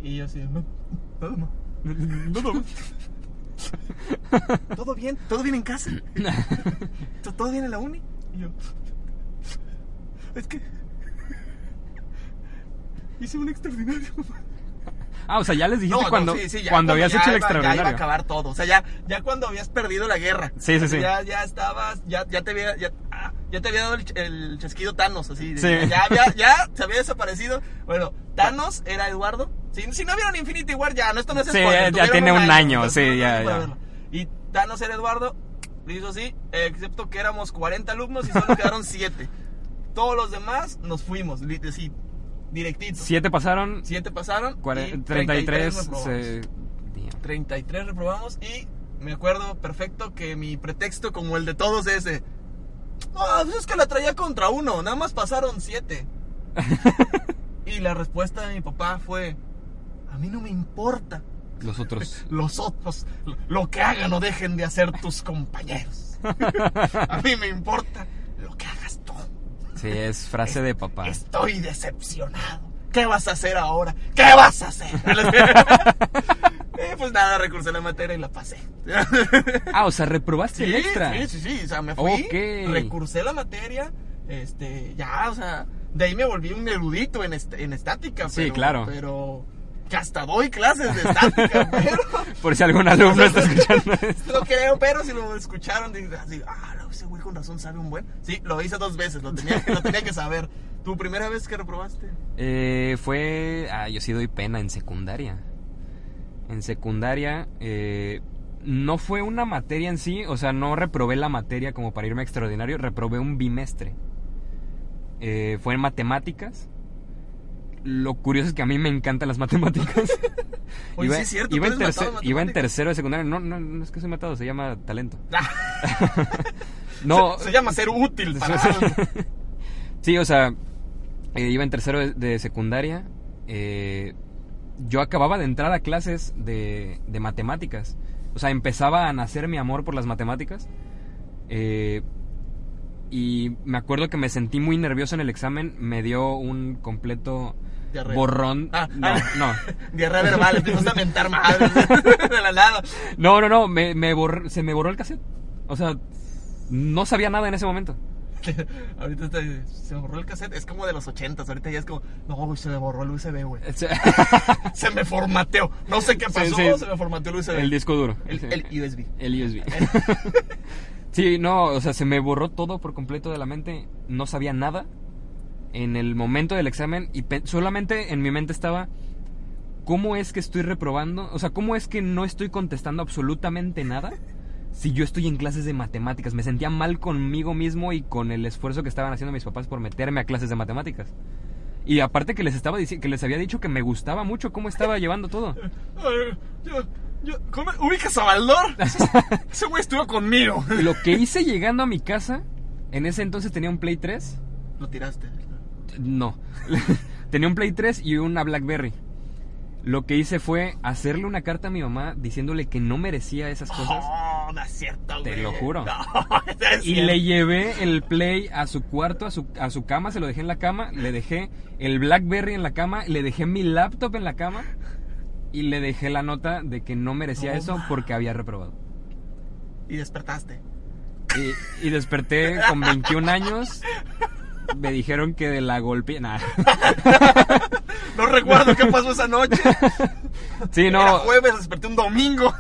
A: Y yo así, no, nada más. Nada más. ¿Todo bien? ¿Todo bien en casa? ¿To- ¿Todo bien en la uni? Y yo, es que hice un extraordinario.
B: Ah, o sea, ya les dijiste
A: No, no,
B: cuando,
A: sí, sí, ya
B: cuando habías
A: ya
B: hecho el
A: iba- Ya iba a
B: extraordinario.
A: acabar todo. O sea, ya, ya cuando habías perdido la guerra.
B: Sí, sí, sí.
A: Ya, ya estabas, ya, ya te había, ya, ah, ya te había dado el, ch- el chasquido Thanos, así. de-
B: Sí.
A: Ya, ya, ya se había desaparecido. Bueno, Thanos era Eduardo. Si, si no vieron Infinity War, ya, no, esto no es
B: Sí,
A: spoiler,
B: ya- ya
A: tuvieron
B: tiene un año,
A: entonces,
B: sí,
A: no, no,
B: ya,
A: no,
B: ya.
A: bueno. Y Thanos era Eduardo, le hizo así, excepto que éramos 40 alumnos y solo quedaron 7. Todos los demás nos fuimos, li- sí, directito.
B: Siete pasaron,
A: 7 pasaron, y
B: cuare-
A: 33
B: 33
A: reprobamos.
B: se...
A: 33 reprobamos y me acuerdo perfecto que mi pretexto como el de todos es de, "Ah, pues es que la traía contra uno, nada más pasaron siete. y la respuesta de mi papá fue, a mí no me importa
B: Los otros.
A: los otros, lo- lo que hagan o dejen de hacer tus compañeros. a mí me importa lo que hagas tú.
B: Sí, es frase de papá.
A: Estoy decepcionado. ¿Qué vas a hacer ahora? ¿Qué vas a hacer? Eh, pues nada, recursé la materia y la pasé.
B: Ah, o sea, reprobaste el
A: Sí,
B: extra.
A: sí, sí, sí, o sea, me fui,
B: Ok.
A: recursé la materia, este, ya, o sea, de ahí me volví un erudito en, est- en estática.
B: Sí,
A: pero-
B: claro.
A: Pero que hasta doy clases de estática, pero...
B: Por si algún alumno está escuchando esto.
A: No creo, pero si lo escucharon, dije así, ah, no, ese güey con razón sabe un buen. Sí, lo hice dos veces, lo tenía, lo tenía que saber. ¿Tu primera vez que reprobaste?
B: Eh, fue. Ah, yo sí doy pena en secundaria. En secundaria. eh, no fue una materia en sí, o sea, no reprobé la materia como para irme a extraordinario, reprobé un bimestre. Eh, fue en matemáticas. Lo curioso es que a mí me encantan las matemáticas.
A: Oye, sí es cierto,
B: iba,
A: tú
B: en
A: eres matado en
B: tercer- iba en
A: matemáticas.
B: tercero de secundaria. No, no, no es que soy matado, se llama talento.
A: Ah,
B: No,
A: se llama ser útil para algo.
B: Sí, o sea, eh, iba en tercero de, de secundaria. eh, yo acababa de entrar a clases de, de matemáticas. O sea, empezaba a nacer mi amor por las matemáticas. eh, y me acuerdo que me sentí muy nervioso en el examen. Me dio un completo
A: Diarrea.
B: borrón.
A: Ah,
B: no,
A: ah.
B: no.
A: Diarrea verbal, empiezas a mentar madres de la nada.
B: No, no, no. Me, me borr- se me borró el cassette. O sea, no sabía nada en ese momento.
A: Ahorita está- se borró el cassette, es como de los ochentas, ahorita ya es como, no, güey, se me borró el USB, güey. Se me formateó, no sé qué
B: Sí,
A: pasó,
B: sí.
A: se me formateó el USB.
B: el disco duro.
A: El- el USB.
B: El USB. sí, no, o sea, se me borró todo por completo de la mente. No sabía nada en el momento del examen y pe- solamente en mi mente estaba cómo es que estoy reprobando, o sea, cómo es que no estoy contestando absolutamente nada. Si yo estoy en clases de matemáticas, me sentía mal conmigo mismo y con el esfuerzo que estaban haciendo mis papás por meterme a clases de matemáticas. Y aparte que les estaba dici- que les había dicho que me gustaba mucho cómo estaba llevando todo.
A: Ay, yo, yo, ¿cómo? ¿Ubicas a Baldor? Ese- Ese güey estuvo conmigo.
B: Lo que hice llegando a mi casa, en ese entonces tenía un Play 3.
A: Lo tiraste.
B: No. tenía un Play 3 y una BlackBerry. Lo que hice fue hacerle una carta a mi mamá diciéndole que no merecía esas cosas.
A: Oh, No, no es cierto,
B: Te
A: güey.
B: lo juro.
A: No, no es
B: Y
A: cierto.
B: le llevé el Play a su cuarto, a su, a su cama, se lo dejé en la cama, le dejé el Blackberry en la cama, le dejé mi laptop en la cama y le dejé la nota de que no merecía
A: No
B: eso
A: ma-
B: porque había reprobado.
A: Y despertaste.
B: Y, y desperté con 21 años, me dijeron que de la golpe... Nah.
A: No recuerdo qué pasó esa noche.
B: Sí,
A: Era
B: no,
A: jueves, desperté un domingo.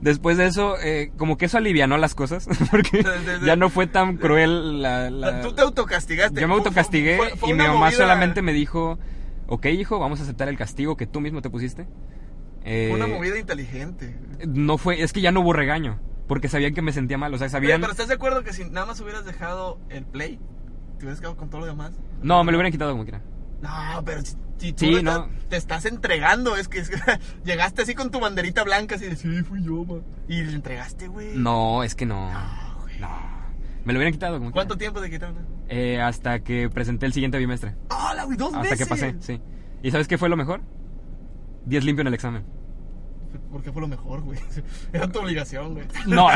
B: después de eso, eh, como que eso alivianó las cosas, porque
A: de- de-
B: ya no fue tan cruel la... la-
A: Tú te autocastigaste.
B: Yo me
A: Fue-
B: autocastigué
A: fue- fue
B: y mi
A: una
B: mamá
A: movida-
B: solamente me dijo, ok hijo, vamos a aceptar el castigo que tú mismo te pusiste. Eh,
A: fue Una movida inteligente.
B: No fue, es que ya no hubo regaño, porque sabían que me sentía mal, o sea,
A: Oye,
B: sabían...
A: Pero ¿estás de acuerdo que si nada más hubieras dejado el play, te hubieras quedado con todo lo demás?
B: No, me lo hubieran quitado como quiera.
A: No, pero si, si tú
B: Sí,
A: lo
B: no.
A: estás- te estás entregando, es que es que llegaste así con tu banderita blanca, así de, sí, fui yo, ma. Y le entregaste, güey.
B: No, es que no.
A: Ah, güey.
B: No. Me lo hubieran quitado como
A: ¿Cuánto
B: quiera.
A: tiempo te quitaron?
B: Eh, hasta que presenté el siguiente bimestre.
A: ¡Hola, güey! ¡Dos
B: Hasta
A: veces!
B: que pasé, sí. ¿Y sabes qué fue lo mejor? 10 limpio en el examen.
A: Porque fue lo mejor, güey. Era tu obligación, güey.
B: No.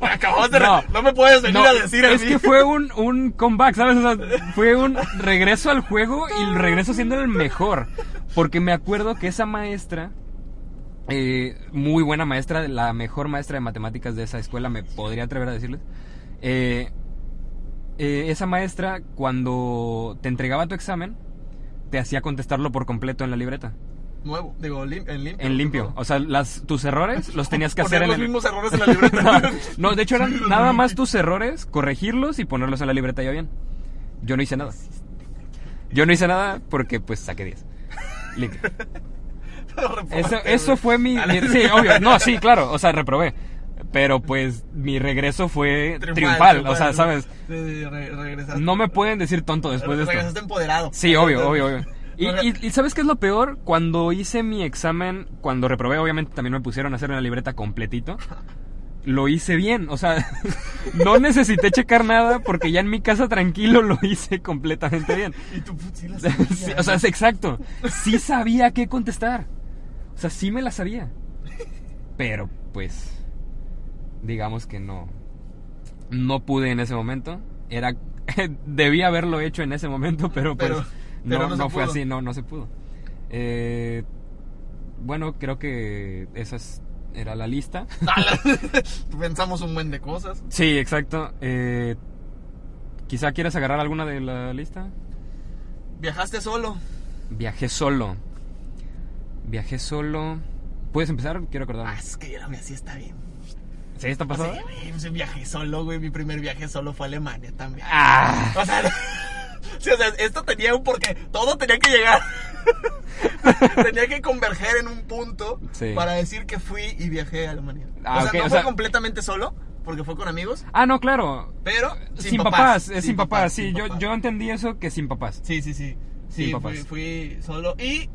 A: Me acabas de re-
B: No.
A: no. me puedes venir
B: No,
A: a decir a
B: es
A: mí.
B: que fue un, un comeback, ¿sabes? O sea, fue un regreso al juego y el regreso siendo el mejor. Porque me acuerdo que esa maestra, eh, muy buena maestra, la mejor maestra de matemáticas de esa escuela, me podría atrever a decirles. eh, eh, esa maestra, cuando te entregaba tu examen, te hacía contestarlo por completo en la libreta,
A: Nuevo, digo, lim- en limpio.
B: en limpio. O sea, las, tus errores los tenías que
A: Poner
B: hacer en
A: los
B: el,
A: mismos errores en la libreta.
B: no, de hecho eran nada más tus errores, corregirlos y ponerlos en la libreta ya bien. Yo no hice nada. Yo no hice nada porque pues saqué 10. Limpio.
A: Lo reporté,
B: Eso,
A: güey.
B: eso fue mi,
A: A la-
B: mi- Sí, obvio. No, sí, claro. O sea, reprobé. Pero pues mi regreso fue triunfal. o sea, ¿sabes?
A: Sí, sí, re- regresaste.
B: No me pueden decir tonto después de esto.
A: Regresaste empoderado.
B: Sí, obvio, obvio, obvio. Y,
A: Oiga.
B: y- y ¿sabes qué es lo peor? Cuando hice mi examen, cuando reprobé, obviamente también me pusieron a hacer una libreta completito. Lo hice bien, o sea, no necesité checar nada porque ya en mi casa tranquilo lo hice completamente bien.
A: Y tú, put, sí, la
B: Sí,
A: sabía,
B: o sea, es exacto. Sí sabía qué contestar. O sea, sí me la sabía. Pero pues digamos que no no pude en ese momento. Era debía haberlo hecho en ese momento, pero pues
A: Pero-
B: no,
A: pero no
B: no,
A: se
B: fue
A: pudo.
B: así, no no se pudo. Eh, bueno, creo que esa es- era la lista.
A: ¿no? Pensamos un buen de cosas.
B: Sí, exacto. Eh, quizá quieras agarrar alguna de la lista.
A: Viajaste solo.
B: Viajé solo. Viajé solo. ¿Puedes empezar? Quiero acordarme.
A: Ah, es que yo la así está bien.
B: ¿Sí está
A: O
B: pasada?
A: sea, güey, pues, viajé solo, güey. Mi primer viaje solo fue a Alemania también.
B: Ah,
A: O sea, sí, o sea, esto tenía un porque todo tenía que llegar. tenía que converger en un punto
B: Sí.
A: para decir que fui y viajé a Alemania.
B: Ah,
A: o sea,
B: ok,
A: no
B: o
A: fue
B: sea-
A: completamente solo, porque fue con amigos,
B: Ah, no, claro.
A: pero
B: Sin, papás, es sin papás, sí,
A: sin
B: yo,
A: papás.
B: yo entendí eso que sin papás.
A: Sí, sí, sí. Sí,
B: Sin
A: fui,
B: papás.
A: fui solo y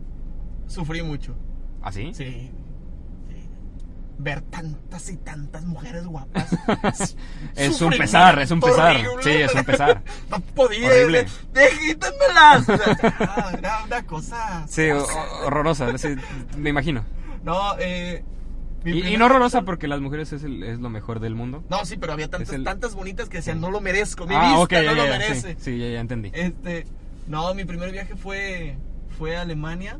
A: sufrí mucho.
B: ¿Ah, sí?
A: Sí. sí. Ver tantas y tantas mujeres guapas. es
B: Es un
A: sufrimiento
B: pesar, es un pesar.
A: horrible.
B: Sí, es un pesar.
A: No podía.
B: Horrible.
A: de- Quítamelas. O sea, ah, Era una cosa.
B: Sí, o- o- horrorosa, sí, me imagino.
A: No, eh. mi
B: Y, y
A: primer-
B: no horrorosa porque las mujeres es, el- es lo mejor del mundo.
A: No, sí, pero había tantas,
B: Es el-
A: tantas bonitas que decían, no lo merezco. Mi
B: ah,
A: vista
B: ok, ya,
A: no lo
B: ya, ya,
A: merece.
B: sí, sí, ya, ya entendí.
A: Este, no, mi primer viaje fue fue a Alemania.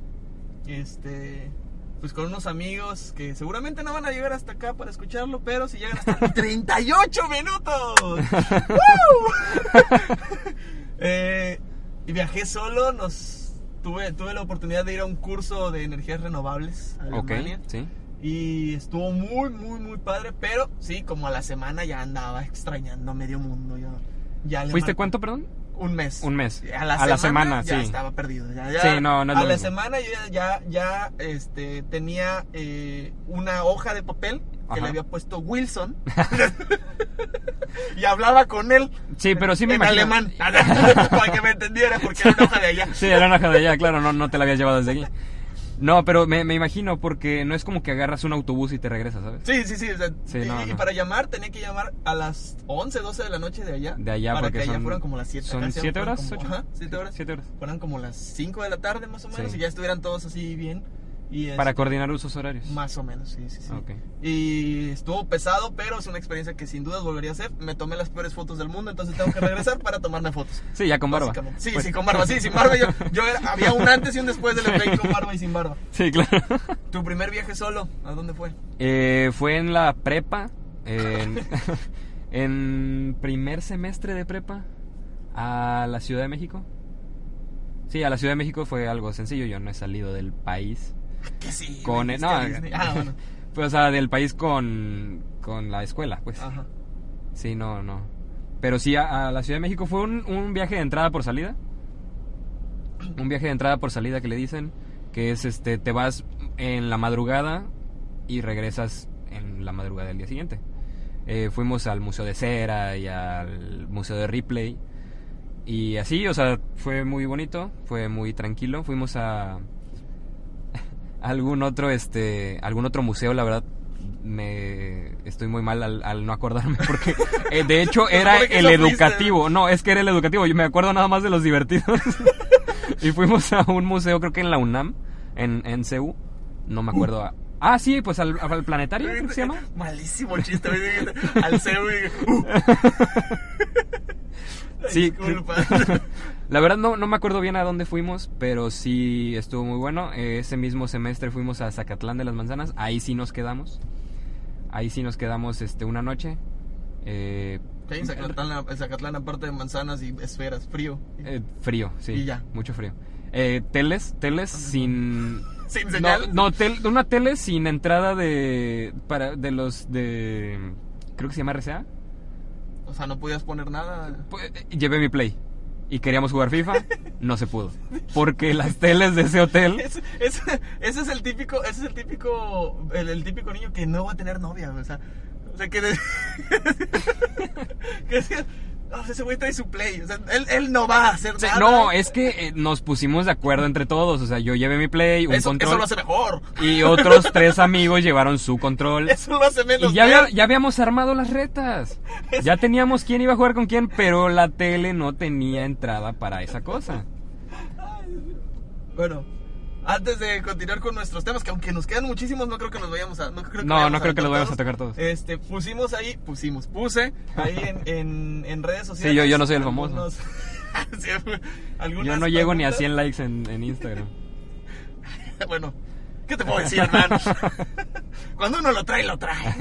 A: Este, pues con unos amigos que seguramente no van a llegar hasta acá para escucharlo, pero si llegan hasta aquí, 38 minutos. ¡Woo! Eh, y viajé solo, nos tuve tuve la oportunidad de ir a un curso de energías renovables a
B: ok,
A: Alemania
B: sí.
A: y estuvo muy muy muy padre, pero sí, como a la semana ya andaba extrañando medio mundo yo. Ya le
B: ¿Fuiste
A: marqué-
B: cuánto, perdón?
A: un mes.
B: Un mes.
A: A la
B: A
A: semana,
B: la semana,
A: ya
B: sí.
A: estaba perdido. ya- ya-
B: Sí, no, no es
A: a
B: lo
A: la
B: mismo.
A: semana yo ya, ya, ya, este, tenía eh, una hoja de papel que
B: Ajá.
A: le había puesto Wilson y hablaba con él
B: Sí, pero Pues sí me
A: en
B: imagino.
A: alemán para que me entendiera porque era una hoja de allá.
B: Sí, era una hoja de allá, claro, no, no te la habías llevado desde aquí. No, pero me, me imagino porque no es como que agarras un autobús y te regresas, ¿sabes?
A: Sí, sí, sí. o sea,
B: Sí,
A: y,
B: no,
A: y
B: no.
A: para llamar tenía que llamar a las 11, 12 de la noche de allá.
B: De allá,
A: para
B: porque
A: que allá
B: son-
A: fueran como las 7.
B: son siete horas, ocho.
A: 7 horas.
B: Siete horas.
A: Fueran como las 5 de la tarde más o menos
B: Sí.
A: y ya estuvieran todos así bien. Y es-
B: Para coordinar usos horarios.
A: Más o menos, sí, sí, sí.
B: Ok.
A: Y estuvo pesado, pero es una experiencia que sin dudas volvería a hacer. Me tomé las peores fotos del mundo, entonces tengo que regresar para tomarme fotos.
B: Sí, ya con barba.
A: Básicamente. Sí,
B: Pues-
A: sí, con barba. Sí, sin barba. Yo, yo era- había un antes y un después del play con barba y sin barba.
B: Sí, claro.
A: Tu primer viaje solo, ¿a dónde fue?
B: Eh, fue en la prepa, en, en primer semestre de prepa, a la Ciudad de México. Sí, a la Ciudad de México fue algo sencillo, yo no he salido del país.
A: Que sí.
B: Con-
A: güey,
B: no, eh,
A: fuiste a Disney. Ah, bueno.
B: Pues, o sea, del país con, con la escuela, pues.
A: Ajá.
B: Sí, no, no. Pero sí, a, a la Ciudad de México fue un, un viaje de entrada por salida. Un viaje de entrada por salida que le dicen, que es este, te vas en la madrugada y regresas en la madrugada del día siguiente. Eh, fuimos al Museo de Cera y al Museo de Ripley. Y así, o sea, fue muy bonito, fue muy tranquilo. Fuimos a algún otro, este, algún otro museo, la verdad. Me estoy muy mal al, al no acordarme porque eh, de hecho
A: Se
B: era
A: supone que
B: el
A: eso fuiste.
B: educativo, no, es que era el educativo, yo me acuerdo nada más de los divertidos. y fuimos a un museo creo que en la UNAM, en en CU, no me acuerdo. a- ah, sí, pues al, al planetario creo que se llama.
A: Malísimo chiste. güey. Al cebo y- uh.
B: Sí.
A: Disculpa.
B: La verdad no, no me acuerdo bien a dónde fuimos, pero sí estuvo muy bueno. Eh, ese mismo semestre fuimos a Zacatlán de las Manzanas, ahí sí nos quedamos. Ahí sí nos quedamos este una noche. Eh,
A: Ok, en Zacatlán, en Zacatlán, aparte de manzanas y esferas, frío.
B: eh, frío, sí.
A: Y ya.
B: Mucho frío. Eh, teles, teles sin...
A: Sin
B: No,
A: señal.
B: no, tel- una tele sin entrada de... Para, de los de... Creo que se llama RCA.
A: O sea, no podías poner nada.
B: Pues, eh, llevé mi play. Y queríamos jugar FIFA, no se pudo. Porque las teles de ese hotel...
A: Es- es- ese es el típico, ese es el típico, el, el típico niño que no va a tener novia, o sea, o sea que, de- que decía, "Ah, ese güey trae su play, o sea, él, él no va a hacer
B: Sí,
A: nada.
B: no, es que eh, nos pusimos de acuerdo entre todos. O sea, yo llevé mi play, un
A: eso,
B: control.
A: eso lo hace mejor,
B: Y otros tres amigos llevaron su control.
A: eso lo hace menos.
B: Y ya, había-
A: peor.
B: ya habíamos armado las retas. Ya teníamos quién iba a jugar con quién, pero la tele no tenía entrada para esa cosa.
A: Bueno, antes de continuar con nuestros temas, que aunque nos quedan muchísimos, no creo que nos vayamos a, no creo que
B: No,
A: vayamos
B: no creo que los vayamos
A: todos.
B: a tocar todos.
A: Este, pusimos ahí, pusimos, puse ahí en, en, en redes sociales.
B: yo- yo no soy el famoso.
A: algunos- sí, algunas
B: Yo no llego ni a
A: preguntas.
B: 100 likes en, en Instagram.
A: Bueno, ¿qué te puedo decir, hermano? Cuando uno lo trae, lo trae.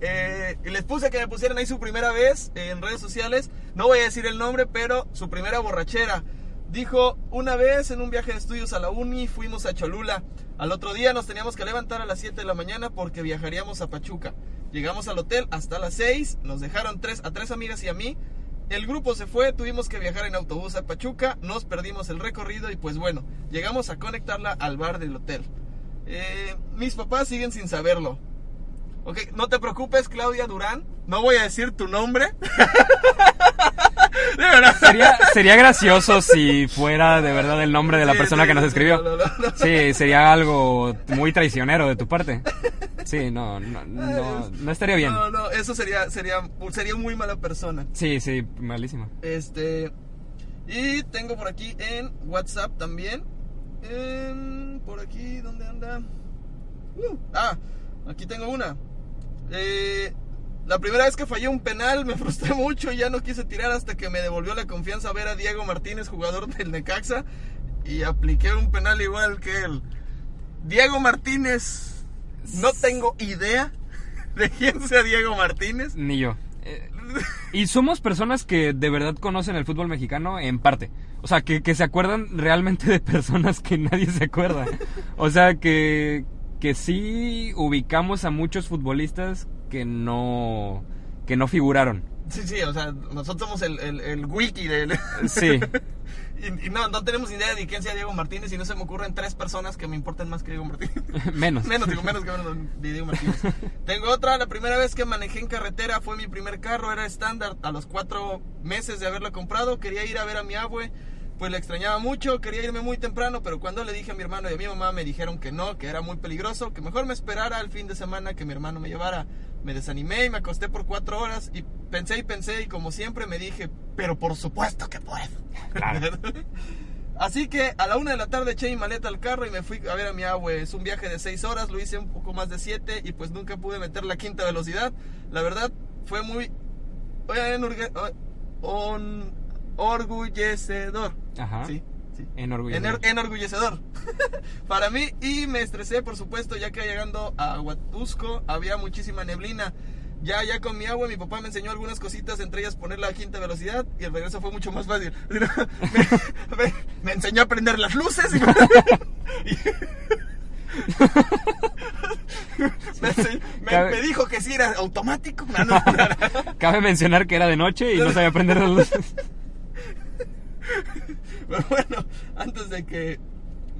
A: Eh, y les puse que me pusieran ahí su primera vez eh, en redes sociales. No voy a decir el nombre, pero su primera borrachera. Dijo, una vez en un viaje de estudios a la uni fuimos a Cholula. Al otro día nos teníamos que levantar a las 7 de la mañana porque viajaríamos a Pachuca. Llegamos al hotel hasta las 6, nos dejaron tres, a tres amigas y a mí. El grupo se fue, tuvimos que viajar en autobús a Pachuca, nos perdimos el recorrido y pues bueno, llegamos a conectarla al bar del hotel. Eh, mis papás siguen sin saberlo. Ok, no te preocupes, Claudia Durán. No voy a decir tu nombre. De verdad.
B: Sería, sería gracioso si fuera de verdad el nombre de la
A: Sí,
B: persona
A: sí,
B: que nos
A: sí,
B: escribió.
A: no, no, no, no.
B: Sí, sería algo muy traicionero de tu parte. Sí, no, no, no, no estaría bien.
A: No, no, eso sería, sería, sería muy mala persona.
B: Sí, sí, malísimo.
A: Este. Y tengo por aquí en WhatsApp también. Em, por aquí, ¿dónde anda? Uh, ah, aquí tengo una. Eh, la primera vez que fallé un penal me frustré mucho y ya no quise tirar hasta que me devolvió la confianza ver a Diego Martínez, jugador del Necaxa, y apliqué un penal igual que él. Diego Martínez, no tengo idea de quién sea Diego Martínez.
B: Ni yo. Eh, y somos personas que de verdad conocen el fútbol mexicano en parte. O sea, que, que se acuerdan realmente de personas que nadie se acuerda. O sea, que, que sí ubicamos a muchos futbolistas que no, que no figuraron.
A: Sí, sí, o sea, nosotros somos el, el, el wiki del...
B: Sí.
A: Y, y no, no tenemos idea de quién sea Diego Martínez y no se me ocurren tres personas que me importen más que Diego Martínez.
B: Menos.
A: menos, digo, menos que menos de Diego Martínez. Tengo otra, la primera vez que manejé en carretera fue mi primer carro, era estándar. A los cuatro meses de haberlo comprado, quería ir a ver a mi abue, pues le extrañaba mucho, quería irme muy temprano, pero cuando le dije a mi hermano y a mi mamá me dijeron que no, que era muy peligroso, que mejor me esperara el fin de semana que mi hermano me llevara. Me desanimé y me acosté por cuatro horas y pensé y pensé y como siempre me dije, pero por supuesto que puedo. Así que a la una de la tarde eché mi maleta al carro y me fui a ver a mi abue. Es un viaje de seis horas, lo hice un poco más de siete y pues nunca pude meter la quinta velocidad. La verdad, fue muy enurgue- on- orgullecedor.
B: Ajá.
A: Sí, sí.
B: Enorgullecido.
A: Ener- enorgullecedor para mí y me estresé por supuesto ya que llegando a Huatusco había muchísima neblina ya ya con mi agua mi papá me enseñó algunas cositas entre ellas poner la quinta velocidad y el regreso fue mucho más fácil me, me- me enseñó a prender las luces y me, enseñó- me- me dijo que sí era automático No, no, no.
B: Cabe mencionar que era de noche y no sabía prender las luces.
A: Pero bueno, antes de que.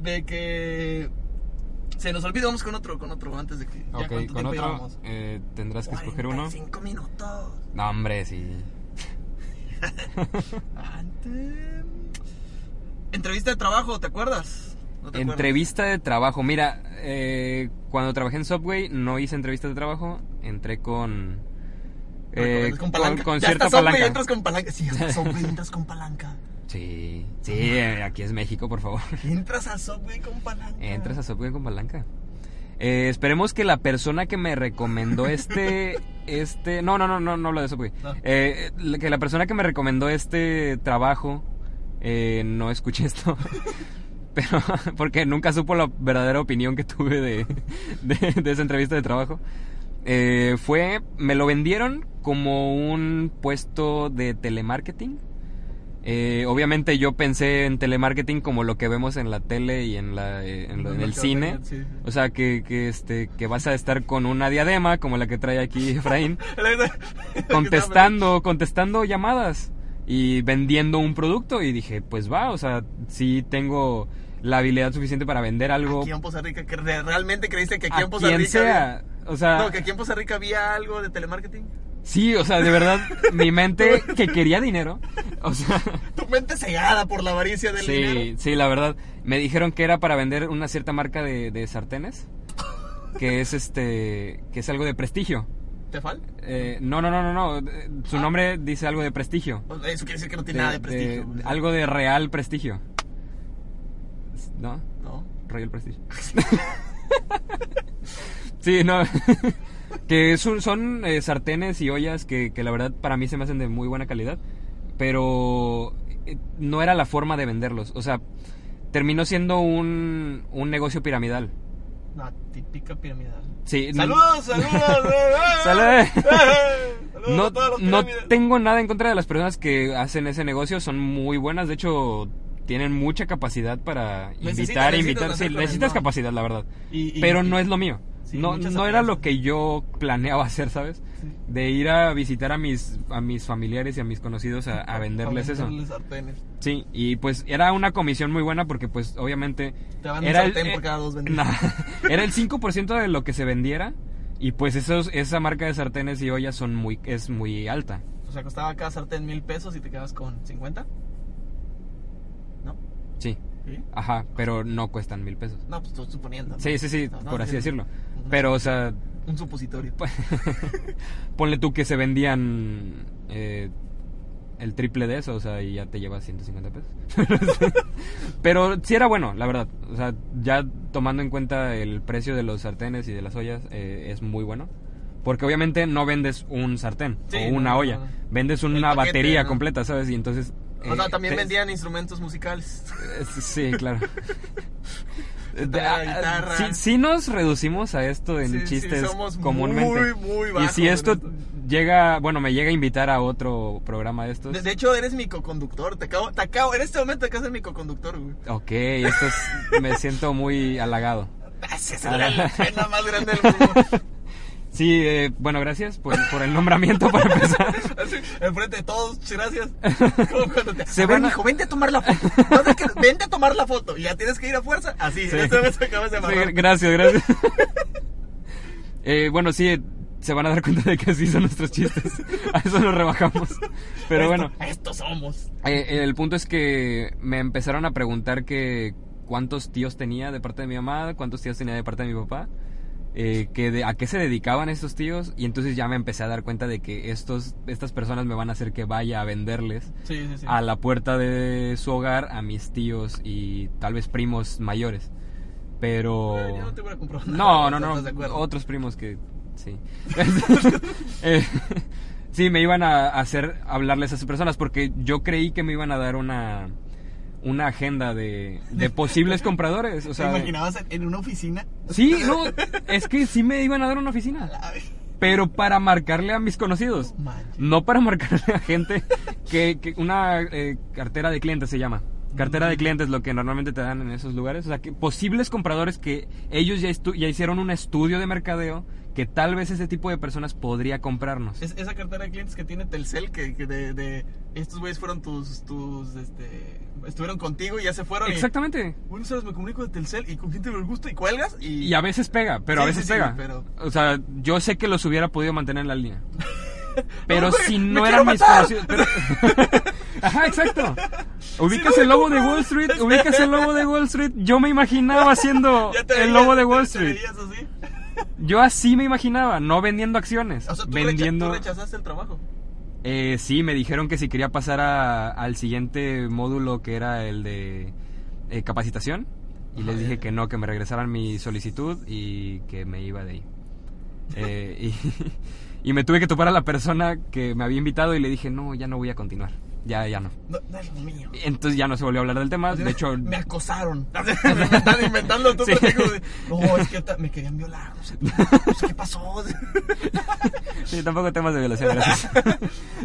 A: De que. Se nos olvide, vamos con otro, con otro, antes de que. ya
B: ok,
A: cuánto
B: con
A: tiempo
B: otro
A: llevamos.
B: eh, tendrás que escoger uno.
A: 45 minutos.
B: No, hombre, sí.
A: Antes. Entrevista de trabajo, ¿te acuerdas? ¿No te acuerdas?
B: Entrevista de trabajo. Mira, eh, cuando trabajé en Subway no hice entrevista de trabajo. Entré con... eh,
A: con palanca.
B: con
A: ya
B: cierta
A: estás hombre y
B: palanca.
A: entras con palanca. Sí, ya estás hombre y entras con palanca.
B: Sí, sí, eh, aquí es México, por favor.
A: Entras a Subway con palanca.
B: Entras a Subway con palanca. Eh, esperemos que la persona que me recomendó este... este No, no, no, no, no hablo de Subway.
A: No.
B: Eh, la- que la persona que me recomendó este trabajo eh, no escuché esto. Pero, porque nunca supo la verdadera opinión que tuve de, de- de esa entrevista de trabajo. Eh, fue, me lo vendieron como un puesto de telemarketing. Eh, obviamente yo pensé en telemarketing como lo que vemos en la tele y en, la, eh, en, lo- en el cine.
A: Sí, sí.
B: O sea, que, que, este, que vas a estar con una diadema como la que trae aquí Efraín, contestando, contestando llamadas y vendiendo un producto. Y dije, pues va, o sea, sí tengo la habilidad suficiente para vender algo
A: Aquí en Poza Rica, que re- realmente creíste que aquí
B: a
A: en Poza
B: quien
A: Rica.
B: sea. O sea,
A: No, que aquí en Poza Rica había algo de telemarketing.
B: sí, o sea, de verdad, mi mente que quería dinero. O sea,
A: Tu mente cegada por la avaricia del
B: Sí,
A: dinero.
B: sí, la verdad. Me dijeron que era para vender una cierta marca de, de sartenes. Que es este. que es algo de prestigio.
A: ¿Te falta?
B: Eh, no, no, no, no, no. eh, Su nombre dice algo de prestigio.
A: O sea, Eso quiere decir que no tiene nada de prestigio.
B: de-
A: güey.
B: algo de real prestigio. ¿No?
A: No.
B: Royal Prestige. sí, no. que es un- son eh, sartenes y ollas que, que la verdad para mí se me hacen de muy buena calidad. Pero eh, no era la forma de venderlos. O sea, terminó siendo un, un negocio piramidal.
A: La típica piramidal.
B: Sí, Eh, no-
A: ¡Saludos, saludos!
B: Saludos.
A: ¡Saludos
B: No,
A: a todos los
B: no
A: pirámides!
B: tengo nada en contra de las personas que hacen ese negocio, son muy buenas, de hecho tienen mucha capacidad para
A: Necesitas-
B: invitar,
A: necesitas
B: invitar,
A: hacer
B: sí,
A: con el
B: necesitas
A: no.
B: capacidad, la verdad.
A: Y- y-
B: pero
A: y-
B: no es lo mío.
A: Sí,
B: no
A: muchas
B: no era lo
A: apuestas.
B: que yo planeaba hacer, ¿sabes?
A: Sí.
B: De ir a visitar a mis a mis familiares y a mis conocidos a, a venderles eso.
A: venderles sartenes.
B: Sí, y pues era una comisión muy buena porque pues obviamente
A: Te van un
B: era eh,
A: sartén por cada dos vendidos.
B: No, era el 5% de lo que se vendiera y pues esos esa marca de sartenes y ollas son muy es muy alta.
A: O sea, costaba cada sartén mil pesos y te quedabas con 50. ¿No?
B: Sí.
A: ¿Sí?
B: Ajá, pero no cuestan mil pesos.
A: No, pues estoy suponiendo.
B: Sí, sí, sí,
A: No, no,
B: por así
A: sí.
B: decirlo.
A: Ujú.
B: Pero, o sea,
A: Un supositorio.
B: Pues, ponle tú que se vendían eh, el triple de eso, o sea, y ya te llevas 150 pesos. Pero sí era bueno, la verdad. O sea, ya tomando en cuenta el precio de los sartenes y de las ollas, eh, es muy bueno. Porque obviamente no vendes un sartén
A: Sí,
B: o una
A: no,
B: olla,
A: no, no.
B: vendes
A: El
B: una
A: paquete,
B: batería
A: ¿no?
B: completa, ¿sabes? Y entonces...
A: O sea,
B: eh,
A: también
B: te-
A: vendían instrumentos musicales.
B: Eh, Sí, claro. ah,
A: Tocar la guitarra.
B: sí, sí nos reducimos a esto en
A: Sí, sí,
B: chistes
A: somos muy,
B: comúnmente.
A: muy
B: y
A: bajos
B: si
A: en
B: esto,
A: esto.
B: llega, bueno, me llega a invitar a otro programa de estos.
A: De, de hecho, eres mi coconductor. Te acabo, te acabo, en este momento acabas de ser mi coconductor, güey.
B: Ok, esto es- me siento muy halagado.
A: Esa es la
B: Ah.
A: la pena más grande del mundo.
B: Sí, eh, bueno, gracias por, por el nombramiento para empezar.
A: Así, enfrente de todos, muchas gracias. Como cuando te,
B: Se
A: a ver,
B: van a-
A: mijo, vente a tomar la foto. No, es que- vente a tomar la foto. Y ya tienes que ir a fuerza. Así,
B: Sí.
A: en este momento acabas de
B: Sí,
A: amarrar.
B: gracias, gracias. Eh, bueno, sí, eh, se van a dar cuenta de que así son nuestros chistes. A eso lo rebajamos. Pero
A: Esto-
B: bueno.
A: Estos somos.
B: Eh, el punto es que me empezaron a preguntar que cuántos tíos tenía de parte de mi mamá, cuántos tíos tenía de parte de mi papá. eh, que de- a qué se dedicaban estos tíos y entonces ya me empecé a dar cuenta de que estos, estas personas me van a hacer que vaya a venderles
A: Sí, sí, sí.
B: a la puerta de su hogar a mis tíos y tal vez primos mayores. Pero...
A: Eh, yo no te voy a comprar nada,
B: No, no,
A: ¿estás
B: no.
A: de acuerdo?
B: Otros primos que. Sí. Eh, sí, me iban a hacer hablarles a esas personas porque yo creí que me iban a dar una. Una agenda de, de posibles compradores. O
A: ¿Te
B: sea,
A: imaginabas en una oficina?
B: sí, no, es que sí me iban a dar una oficina.
A: Ay,
B: Pero para marcarle a mis conocidos.
A: manches.
B: No para marcarle a gente que, que una eh, cartera de clientes se llama. Cartera de clientes, lo que normalmente te dan en esos lugares. O sea, que posibles compradores que ellos ya, estu- ya hicieron un estudio de mercadeo que tal vez ese tipo de personas podría comprarnos.
A: Es- esa cartera de clientes que tiene Telcel, que, que de, de- estos güeyes fueron tus, tus, este, estuvieron contigo y ya se fueron. y,
B: Exactamente.
A: Buenos días, me comunico de Telcel y con quién tengo el gusto y cuelgas y...
B: Y a veces pega, pero a
A: Sí,
B: veces
A: sí, sí,
B: pega.
A: pero-
B: O sea, yo sé que los hubiera podido mantener en la línea. Pero
A: No, güey,
B: si
A: me
B: no
A: quiero
B: eran mis
A: matar.
B: conocidos. pero- Ajá, exacto. Ubicas
A: no me
B: el lobo de
A: compras.
B: Wall Street, ubicas el lobo de Wall Street. Yo me imaginaba siendo
A: Ya
B: el
A: te veías-
B: lobo de
A: te- te
B: Wall Street.
A: veías así.
B: Yo así me imaginaba, no vendiendo acciones.
A: O sea, tú, recha-
B: vendiendo.
A: tú rechazaste el trabajo.
B: Eh, sí, me dijeron que si quería pasar a- al siguiente módulo que era el de eh, capacitación. Y les dije que no, que me regresaran mi solicitud y que me iba de ahí. Eh, y, y me tuve que topar a la persona que me había invitado y le dije, no, ya no voy a continuar. Ya, ya no.
A: No, no es lo mío.
B: Entonces ya no se volvió a hablar del tema. De hecho,
A: me acosaron. me están inventando tú
B: Sí.
A: pendejo, de, No, es que ta- me querían violar. o sea, pues, ¿Qué pasó?
B: sí, tampoco temas de violación, gracias.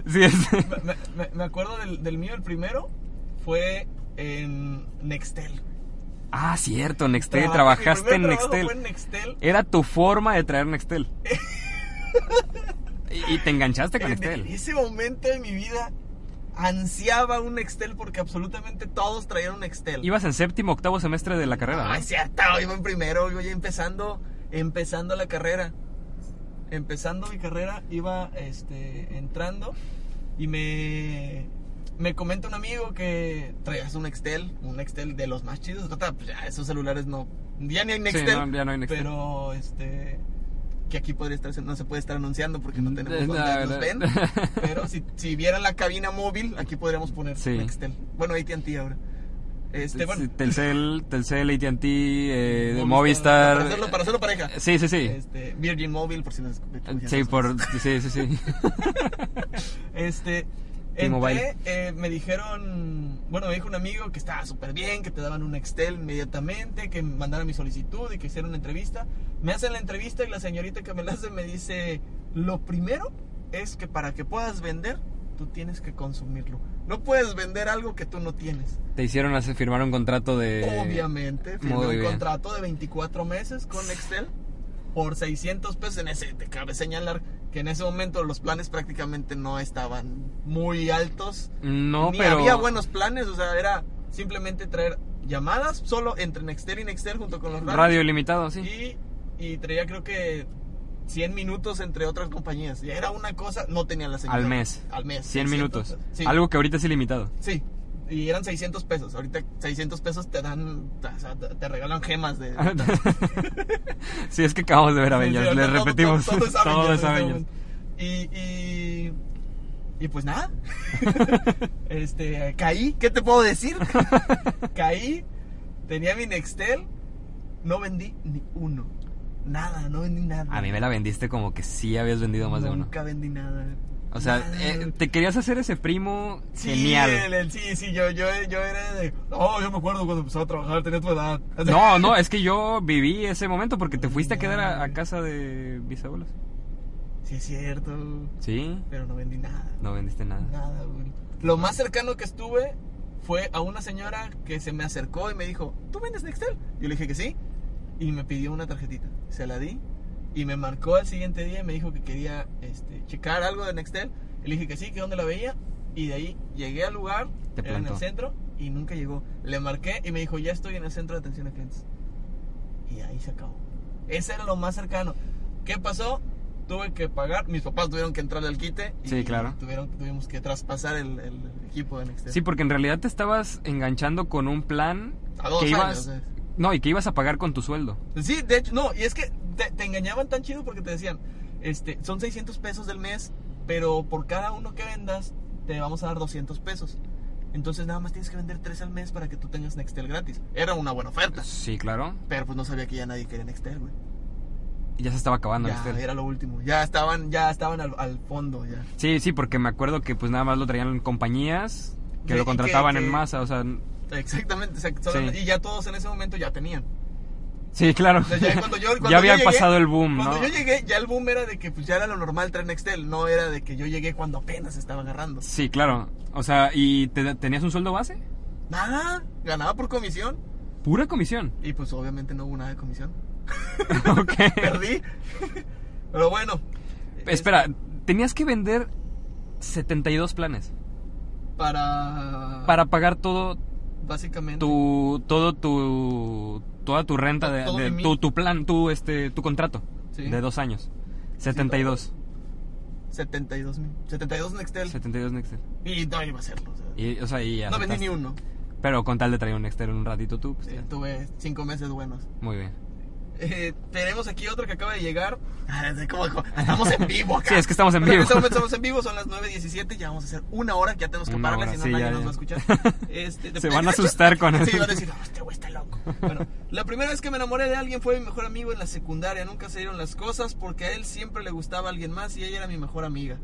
B: sí, es-
A: Me- me, me- me acuerdo del, del mío, el primero fue en Nextel.
B: Ah, cierto, Nextel,
A: Trabajé- mi
B: trabajaste
A: primer
B: en
A: trabajo
B: Nextel.
A: fue en Nextel.
B: Era tu forma de traer Nextel. y, y te enganchaste con
A: En
B: Nextel.
A: ese momento de mi vida ansiaba un Nextel porque absolutamente todos traían un Nextel.
B: Ibas en séptimo, octavo semestre de la carrera,
A: No,
B: ¿no?
A: Ah, es cierto, iba en primero, iba ya empezando, empezando la carrera. Empezando mi carrera, iba este, entrando y me, me comenta un amigo que traías un Nextel, un Nextel de los más chidos. Total, pues, ya esos celulares no, ya ni hay Nextel.
B: no, ya no hay Nextel.
A: Pero este, que aquí podría estar, no se puede estar anunciando porque no tenemos
B: Eh, no,
A: donde nos
B: no.
A: ven. Pero si, si vieran la cabina móvil, aquí podríamos poner
B: Sí.
A: Nextel. Bueno, ATT ahora. Este, bueno,
B: Sí, Telcel, Telcel, AT&T, eh, de
A: Movistar,
B: Movistar.
A: Para hacerlo, para hacerlo pareja.
B: Sí, sí, sí.
A: Este, Virgin Mobile, por si nos
B: Sí, por, sí, sí, sí.
A: Este.
B: T-Mobile.
A: Entré, eh, me dijeron, bueno, me dijo un amigo que estaba súper bien, que te daban un Excel inmediatamente, que me mandara mi solicitud y que hiciera una entrevista. Me hacen la entrevista y la señorita que me la hace me dice, lo primero es que para que puedas vender, tú tienes que consumirlo. No puedes vender algo que tú no tienes.
B: Te hicieron hacer- firmar un contrato de...
A: Obviamente, firmé
B: muy
A: un
B: bien.
A: contrato de 24 meses con Excel por 600 pesos. En ese, te cabe señalar que en ese momento los planes prácticamente no estaban muy altos.
B: No,
A: Ni
B: pero...
A: había buenos planes, o sea, era simplemente traer llamadas solo entre Nextel y Nextel junto con los radios.
B: Radio limitado, sí.
A: Y, y traía creo que 100 minutos entre otras compañías. Y era una cosa, no tenía la señal.
B: Al mes.
A: Al mes.
B: 100 minutos.
A: pesos. Sí.
B: Algo que ahorita es ilimitado.
A: Sí. Y eran 600 pesos. Ahorita 600 pesos te dan, o sea, te te regalan gemas de...
B: sí, es que acabamos de ver
A: Sí, sí,
B: Avengers.
A: ahorita
B: Les
A: todo-
B: repetimos.
A: Todo, todo es Avengers.
B: Todo es
A: en este
B: Avengers.
A: momento. Y, y, y pues nada. este, caí, ¿qué te puedo decir? caí, tenía mi Nextel, no vendí ni uno. Nada, no vendí nada.
B: A mí me la vendiste como que sí habías vendido más de uno.
A: Nunca vendí nada.
B: O sea,
A: Nada.
B: eh, te querías hacer ese primo
A: Sí, el-
B: genial.
A: el- sí, sí, yo, yo, yo era de... Oh, yo me acuerdo cuando empezaba a trabajar, tenía tu edad.
B: No, no, es que yo viví ese momento porque te fuiste a quedar a, a casa de mis abuelos.
A: Sí, es cierto,
B: Sí,
A: pero no vendí nada.
B: no vendiste nada.
A: Nada, güey. Lo más cercano que estuve fue a una señora que se me acercó y me dijo, ¿tú vendes Nextel? Yo le dije que sí. Y me pidió una tarjetita. Se la di. Y me marcó al siguiente día y me dijo que quería este, checar algo de Nextel. Y le dije que sí, que dónde la veía. Y de ahí llegué al lugar,
B: Te
A: era en el
B: plantó.
A: centro, y nunca llegó. Le marqué y me dijo, ya estoy en el centro de atención a clientes. Y ahí se acabó. Ese era lo más cercano. ¿Qué pasó? Tuve que pagar. Mis papás tuvieron que entrar al quite. y
B: Sí, claro.
A: Tuvieron, tuvimos que traspasar el, el equipo de Nextel.
B: Sí, porque en realidad te estabas enganchando con un plan
A: a dos
B: que
A: años.
B: ibas... No, y que ibas a pagar con tu sueldo.
A: eh. Sí, de hecho, no. Y es que te, te engañaban tan chido porque te decían, este, son 600 pesos del mes, pero por cada uno que vendas te vamos a dar 200 pesos. Entonces nada más tienes que vender 3 al mes para que tú tengas Nextel gratis. Era una buena oferta.
B: Sí, claro.
A: Pero pues no sabía que ya nadie quería Nextel, güey.
B: Y Ya se estaba acabando
A: ya
B: Nextel.
A: era lo último. Ya estaban, ya estaban al, al fondo ya.
B: Sí, sí, porque me acuerdo que pues nada más lo traían compañías que
A: Sí,
B: lo
A: que-
B: contrataban
A: que-
B: en masa, o sea, n-
A: Exactamente, o sea, solamente- y ya todos en ese momento ya tenían.
B: sí, claro.
A: O sea, ya, cuando yo- cuando
B: ya
A: yo
B: había
A: llegué-
B: pasado el boom,
A: Cuando
B: ¿no?
A: yo llegué, ya el boom era de que pues, ya era lo normal traer Nextel, no era de que yo llegué cuando apenas estaba agarrando.
B: Sí, claro. O sea, ¿y te- tenías un sueldo base?
A: Nada, ganaba por comisión
B: Pura comisión.
A: y pues obviamente no hubo nada de comisión.
B: ok.
A: Perdí. Pero bueno,
B: Espera, tenías que vender 72 planes
A: para
B: para pagar todo
A: básicamente
B: tu todo tu toda tu renta de,
A: Todo
B: de-
A: mi-
B: tu, tu plan, tu este tu contrato
A: Sí.
B: de dos años. 72.
A: 72 mil, 72 Nextel
B: 72 Nextel.
A: y no iba a hacerlo. o sea,
B: Y, o sea, y
A: no vendí
B: aceptaste.
A: ni uno.
B: Pero con tal de traer un Nextel en un ratito tú, pues,
A: Sí,
B: ya.
A: tuve cinco meses buenos.
B: Muy bien.
A: Eh, tenemos aquí otro que acaba de llegar. ¿Cómo dijo? Estamos en vivo acá.
B: Sí, es que estamos en
A: Bueno,
B: vivo.
A: en este momento estamos en vivo, son las 9.17, ya vamos a hacer una hora, que ya tenemos que
B: Una
A: pararle,
B: hora,
A: si no
B: sí,
A: nadie
B: ya,
A: nos
B: ya.
A: va a escuchar. Este, de-
B: Se van a asustar con
A: Sí,
B: eso.
A: van a decir, "No, este güey está loco. Bueno, la primera vez que me enamoré de alguien fue mi mejor amigo en la secundaria, nunca se dieron las cosas porque a él siempre le gustaba alguien más y ella era mi mejor amiga.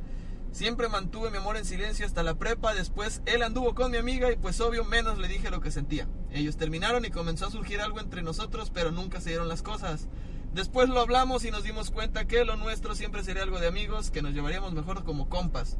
A: Siempre mantuve mi amor en silencio hasta la prepa, después él anduvo con mi amiga y pues obvio menos le dije lo que sentía. Ellos terminaron y comenzó a surgir algo entre nosotros, pero nunca se dieron las cosas. Después lo hablamos y nos dimos cuenta que lo nuestro siempre sería algo de amigos, que nos llevaríamos mejor como compas.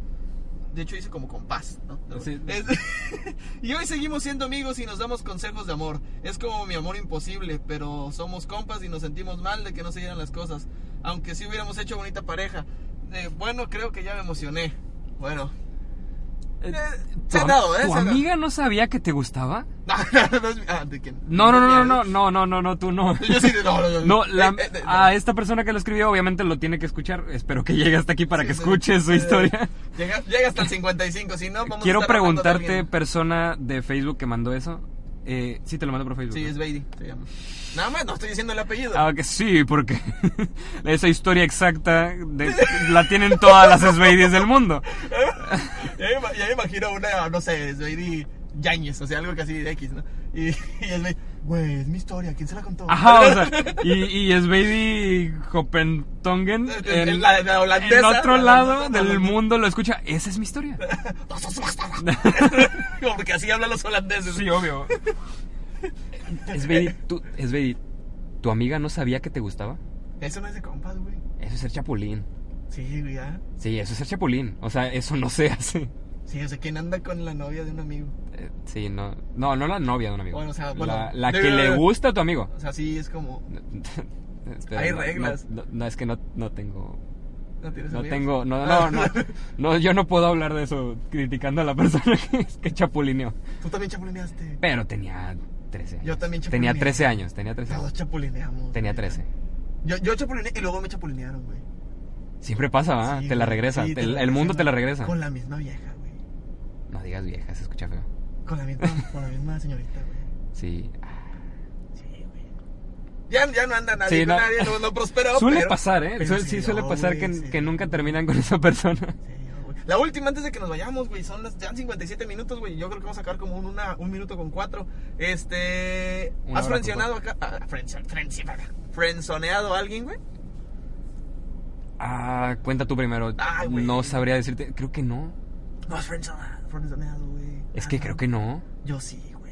A: De hecho dice como compás, ¿no?
B: Sí.
A: Es- y hoy seguimos siendo amigos y nos damos consejos de amor. Es como mi amor imposible, pero somos compas y nos sentimos mal de que no se dieran las cosas. Aunque sí hubiéramos hecho bonita pareja. Eh, bueno, creo que ya me emocioné. Bueno.
B: Eh,
A: se ha
B: tu-
A: dado, ¿eh?
B: ¿Tu
A: Se ha dado.
B: amiga no sabía que te gustaba?
A: Ah, ¿de quién?
B: No, no,
A: ¿De
B: no, no,
A: quién?
B: no, no, no, no, no, tú no.
A: Yo sí, de- no, no, no.
B: No, la- Ah,
A: Eh, eh, de-
B: a esta persona que lo escribió obviamente lo tiene que escuchar. Espero que llegue hasta aquí para que escuche su
A: Eh,
B: historia.
A: Llega, llega hasta el 55, si no, vamos a
B: Quiero
A: estar hablando de
B: preguntarte,
A: alguien.
B: persona de Facebook que mandó eso. Eh, sí, te lo mando por Facebook.
A: Sí,
B: ¿no?
A: es Beatty, se llama. Nada más, no estoy diciendo el apellido.
B: Ah, que sí, porque esa historia exacta de- la tienen todas las Sveidies del mundo.
A: Ya me, ima- ya me imagino una, no sé, Lady Yañez, o sea, algo que así de X, ¿no? Y, y es de, güey, es mi historia, ¿quién se la contó?
B: Ajá, o sea, y, y es Baby Hopentongen
A: En
B: en,
A: la- la holandesa,
B: en otro
A: la
B: lado
A: holandesa,
B: del
A: la holandesa.
B: mundo lo escucha. Esa es mi historia.
A: Porque así hablan los holandeses.
B: Sí, obvio. Es Baby, tú, es Baby, ¿tu amiga no sabía que te gustaba?
A: Eso no es de compas, güey.
B: Eso es ser chapulín.
A: Sí, güey, ya.
B: Sí, eso es ser chapulín. O sea, eso no se hace.
A: Sí, o sea, ¿quién anda con la novia de un amigo?
B: Eh, Sí, no. No, no la novia de un amigo.
A: Bueno, o sea, bueno,
B: la la
A: de-
B: que le gusta a tu amigo.
A: O sea, sí, es como,
B: Espera,
A: Hay
B: no,
A: reglas.
B: No, no, no, es que no, no tengo.
A: no tienes
B: No
A: amigos?
B: tengo. No,
A: Ah.
B: no, no, no, Yo no puedo hablar de eso criticando a la persona que, que chapulineó.
A: Tú también chapulineaste.
B: Pero tenía 13 años.
A: Yo también
B: Tenía
A: chapulineé.
B: 13 años. Tenía 13
A: Todos
B: años.
A: chapulineamos.
B: Tenía
A: güey.
B: 13.
A: Yo, yo chapulineé y luego me chapulinearon, güey.
B: Siempre pasa, ¿ah?
A: Sí,
B: te la
A: güey,
B: regresa.
A: sí,
B: te-
A: te la
B: el mundo
A: regresa.
B: te la regresa.
A: Con la misma vieja, güey.
B: No digas vieja, se escucha feo.
A: Con la misma, con la misma señorita, güey.
B: Sí.
A: Sí, güey. Ya, ya no anda nadie,
B: Sí,
A: no.
B: no.
A: nadie no, no prosperó.
B: suele
A: pero-
B: pasar, ¿eh?
A: pero
B: Suele- sí, suele
A: no,
B: pasar
A: güey,
B: que,
A: sí,
B: que
A: no,
B: nunca terminan con esa persona.
A: sí, no, güey. La última antes de que nos vayamos, güey, son las ya 57 minutos, güey. Yo creo que vamos a sacar como un, una- un minuto con cuatro. Este,
B: Una hora
A: ¿has
B: con
A: frencionado acá? Ah, frenzo- frenzi- frenzoneado a alguien, güey?
B: Ah, cuenta tú primero.
A: Ay, güey.
B: no sabría decirte. Creo que no.
A: No has frenzoneado, frenzoneado, güey.
B: Es que
A: Ah,
B: creo que no.
A: yo sí, güey.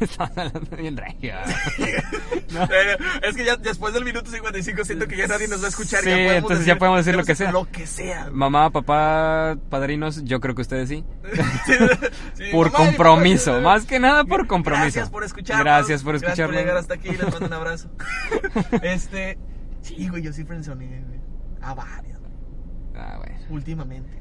B: Estabas hablando bien regio.
A: Eh, Es que ya después del minuto 55 siento que ya nadie nos va a escuchar.
B: Sí, entonces ya podemos decir lo que sea.
A: Lo que sea. güey.
B: Mamá, papá, padrinos, yo creo que ustedes sí.
A: Sí, sí,
B: Por
A: mamá y
B: compromiso,
A: papá.
B: más que nada por compromiso.
A: Gracias por escucharnos.
B: Gracias por
A: Gracias por
B: escucharnos.
A: llegar hasta aquí. Les mando un abrazo. este. Sí, güey, yo sí frenzoneé, güey. A varias, güey,
B: Ah, bueno.
A: Últimamente.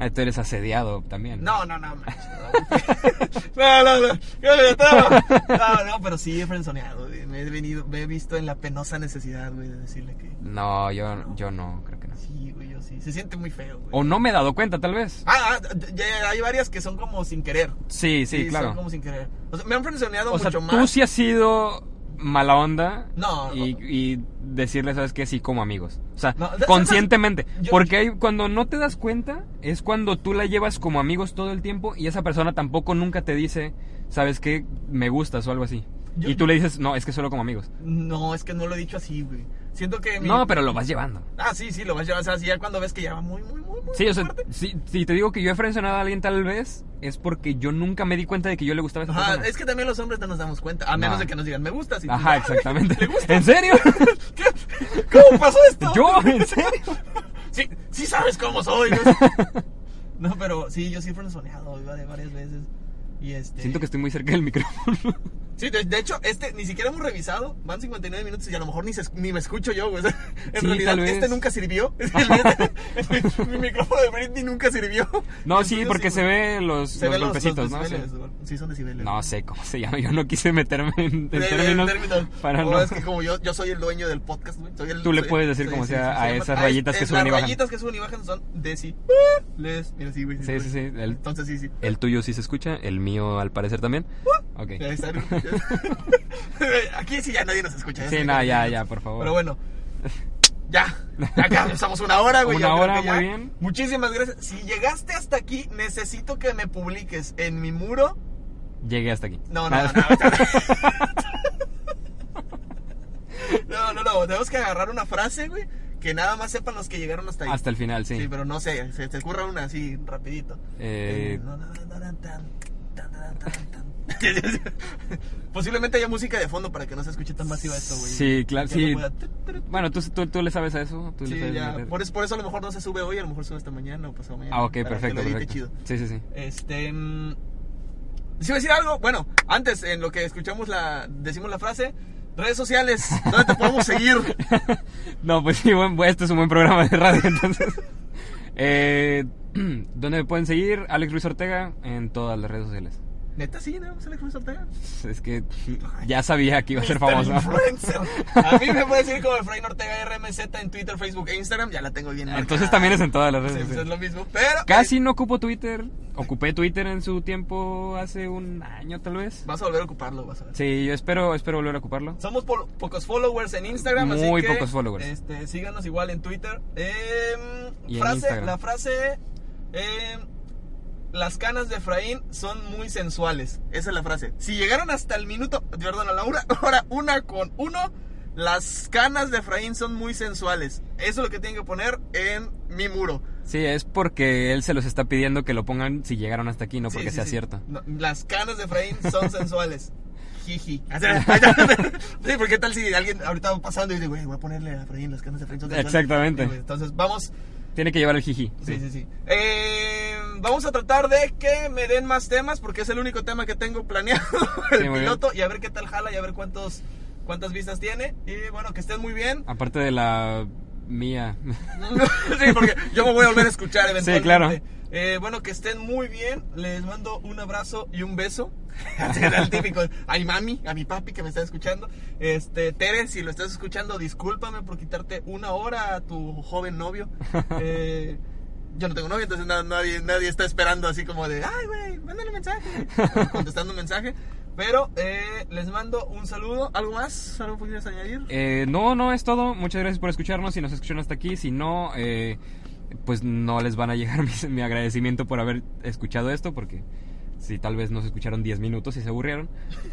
B: Ah, tú eres asediado también.
A: No, no, no, manches, no, no, no, no, no, no, pero sí he frenzoneado, güey. me he venido, me he visto en la penosa necesidad, güey, de decirle que
B: No, yo, yo no, creo que no.
A: sí, güey, yo sí, se siente muy feo, güey.
B: O no me he dado cuenta, tal vez.
A: Ah, ah, ya hay varias que son como sin querer,
B: Sí, sí,
A: son
B: claro.
A: como sin querer, o sea, me han frenzoneado
B: O sea,
A: mucho
B: tú
A: más.
B: sí has sido mala onda
A: No, no.
B: y, y decirle, ¿sabes qué? Sí, como amigos. O sea,
A: No, de-
B: conscientemente.
A: yo-
B: porque hay- cuando no te das cuenta es cuando tú la llevas como amigos todo el tiempo y esa persona tampoco nunca te dice, ¿sabes qué? Me gustas o algo así.
A: Yo-
B: y tú le dices, no, es que solo como amigos.
A: No, es que no lo he dicho así, güey. Siento que. mi-
B: No, pero lo vas llevando.
A: Ah, sí, sí, lo vas a llevar. O sea, sí, ya cuando ves que ya va muy, muy, muy, muy.
B: Sí, o sea,
A: fuerte.
B: si, si te digo que yo he frencionado a alguien tal vez es porque yo nunca me di cuenta de que yo le gustaba a esa
A: Ajá,
B: persona.
A: es que también los hombres no nos damos cuenta. A menos
B: No.
A: de que nos digan, me gusta. Si
B: Ajá, exactamente. ¿En serio?
A: ¿Cómo pasó esto?
B: ¿Yo? ¿En serio?
A: Sí, sí sabes cómo soy. ¿no? No, pero sí, yo sí fui soneado varias veces. Y este...
B: Siento que estoy muy cerca del micrófono.
A: Sí, de, de hecho, este ni siquiera hemos revisado. Van 59 minutos y a lo mejor ni, se es- ni me escucho yo, güey. O sea, en
B: Sí,
A: realidad,
B: tal vez.
A: este nunca sirvió. Es que el neta, mi- mi micrófono de Britney nunca sirvió.
B: No, sí,
A: Entonces,
B: porque se
A: güey,
B: ve los,
A: se
B: los
A: ven
B: golpecitos, ¿no?
A: decibeles,
B: Sí.
A: güey. Sí. son decibeles.
B: No
A: güey.
B: sé cómo se llama, yo no quise meterme en, en
A: De- de-
B: términos. Para
A: No,
B: no.
A: Oh, es que como yo, yo soy el dueño del podcast, güey. soy el-
B: Tú le
A: soy-
B: puedes decir
A: soy-
B: como
A: sí,
B: sea
A: sí, sí,
B: a
A: se llama-
B: esas
A: Ah,
B: rayitas que
A: es-
B: suben y
A: Las
B: bajan.
A: rayitas que suben y bajan son decibeles. Mira, sí, güey.
B: Sí, sí, sí. El,
A: Entonces, sí, sí.
B: el tuyo sí se escucha, el mío al parecer también. Ok.
A: Ahí está. Aquí sí ya nadie nos escucha.
B: Sí,
A: sé
B: no,
A: que-
B: ya, ya, por favor.
A: Pero bueno. Ya, ya comenzamos una hora, güey.
B: Una
A: ya creo
B: hora,
A: que ya.
B: muy bien.
A: Muchísimas gracias. Si llegaste hasta aquí, necesito que me publiques en mi muro.
B: Llegué hasta aquí.
A: No, no, no. No, no, no, no, Tenemos que agarrar una frase, güey, que nada más sepan los que llegaron hasta ahí.
B: Hasta el final, sí.
A: Sí, pero no sé, se te ocurra una así, rapidito.
B: Eh,
A: Posiblemente haya música de fondo para que no se escuche tan masiva esto, güey.
B: Sí, claro,
A: Que no
B: sí.
A: pueda-
B: Bueno, ¿tú, tú, tú le sabes a eso. ¿Tú le
A: Sí,
B: sabes
A: ya.
B: meter?
A: Por, eso, por eso a lo mejor no se sube hoy, a lo mejor sube hasta mañana o pasado mañana.
B: Ah, ok,
A: para que
B: perfecto,
A: lo edite
B: perfecto.
A: chido.
B: Sí, sí, sí.
A: Este. mm, ¿sí iba a decir algo? Bueno, antes, en lo que escuchamos la. Decimos la frase. Redes sociales, ¿dónde te podemos seguir?
B: No, pues sí, buen- este es un buen programa de radio, entonces. Eh, ¿Dónde me pueden seguir? Alex Ruiz Ortega en todas las redes sociales.
A: Neta, sí, ¿no? Sale Cruz Ortega.
B: Es que ya sabía que iba a ser famoso.
A: Influencer. A mí me puede decir como Efraín Ortega RMZ en Twitter, Facebook e Instagram. Ya la tengo bien.
B: Entonces
A: marcada.
B: también es en todas las
A: Sí,
B: redes
A: pues es
B: sociales.
A: lo mismo, pero.
B: Casi no ocupo Twitter. Ocupé Twitter en su tiempo hace un año tal vez.
A: Vas a volver a ocuparlo, vas a ver.
B: Sí, yo espero, espero volver a ocuparlo.
A: Somos po- pocos followers en Instagram,
B: Muy
A: así que,
B: pocos followers.
A: Este, síganos igual en Twitter. Em,
B: Y en
A: frase,
B: Instagram.
A: la frase em, las canas de Efraín son muy sensuales. Esa es la frase. Si llegaron hasta el minuto, perdón, a la hora, hora una con uno, las canas de Efraín son muy sensuales. Eso es lo que tienen que poner en mi muro.
B: Sí, es porque él se los está pidiendo que lo pongan si llegaron hasta aquí, no
A: Sí,
B: porque
A: sí,
B: sea
A: sí.
B: cierto.
A: No, las canas de Efraín son sensuales. Jiji. sí, porque qué tal si alguien ahorita va pasando y dice, güey, voy a ponerle a Efraín las canas de Efraín son sensuales.
B: Exactamente.
A: Sí, güey, Entonces, vamos.
B: Tiene que llevar el jiji.
A: Sí, sí, sí. Eh, vamos a tratar de que me den más temas porque es el único tema que tengo planeado. El
B: muy bien.
A: piloto y a ver qué tal jala y a ver cuántos, cuántas vistas tiene. Y bueno, que estén muy bien.
B: Aparte de la mía.
A: sí, porque yo me voy a volver a escuchar eventualmente.
B: Sí, claro.
A: Eh, bueno, que estén muy bien. Les mando un abrazo y un beso. Era el típico. A mi mami, a mi papi que me está escuchando. Este, Tere, si lo estás escuchando, discúlpame por quitarte una hora a tu joven novio. Eh, yo no tengo novio, entonces na- nadie, nadie está esperando así como de, ay, güey, mándale mensaje. o Contestando un mensaje. Pero eh, les mando un saludo. ¿Algo más? ¿Algo pudieras añadir?
B: Eh, no, no, es todo. Muchas gracias por escucharnos. Si nos escucharon hasta aquí, si no, eh, pues no les van a llegar mis- mi, agradecimiento por haber escuchado esto, porque si tal vez nos escucharon 10 minutos y se aburrieron.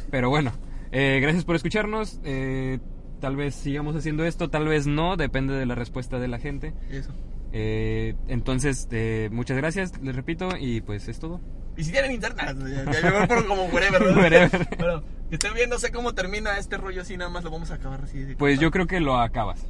B: Pero bueno, eh, gracias por escucharnos. Eh, tal vez sigamos haciendo esto, tal vez no, depende de la respuesta de la gente.
A: Eso.
B: Eh, entonces, eh, muchas gracias, les repito, y pues es todo.
A: Y si tienen internet, ya, ya me voy por como wherever, ¿no?
B: Wherever.
A: Bueno, que estén bien, no sé cómo termina este rollo así, nada más lo vamos a acabar así. de-
B: Pues yo creo que lo acabas.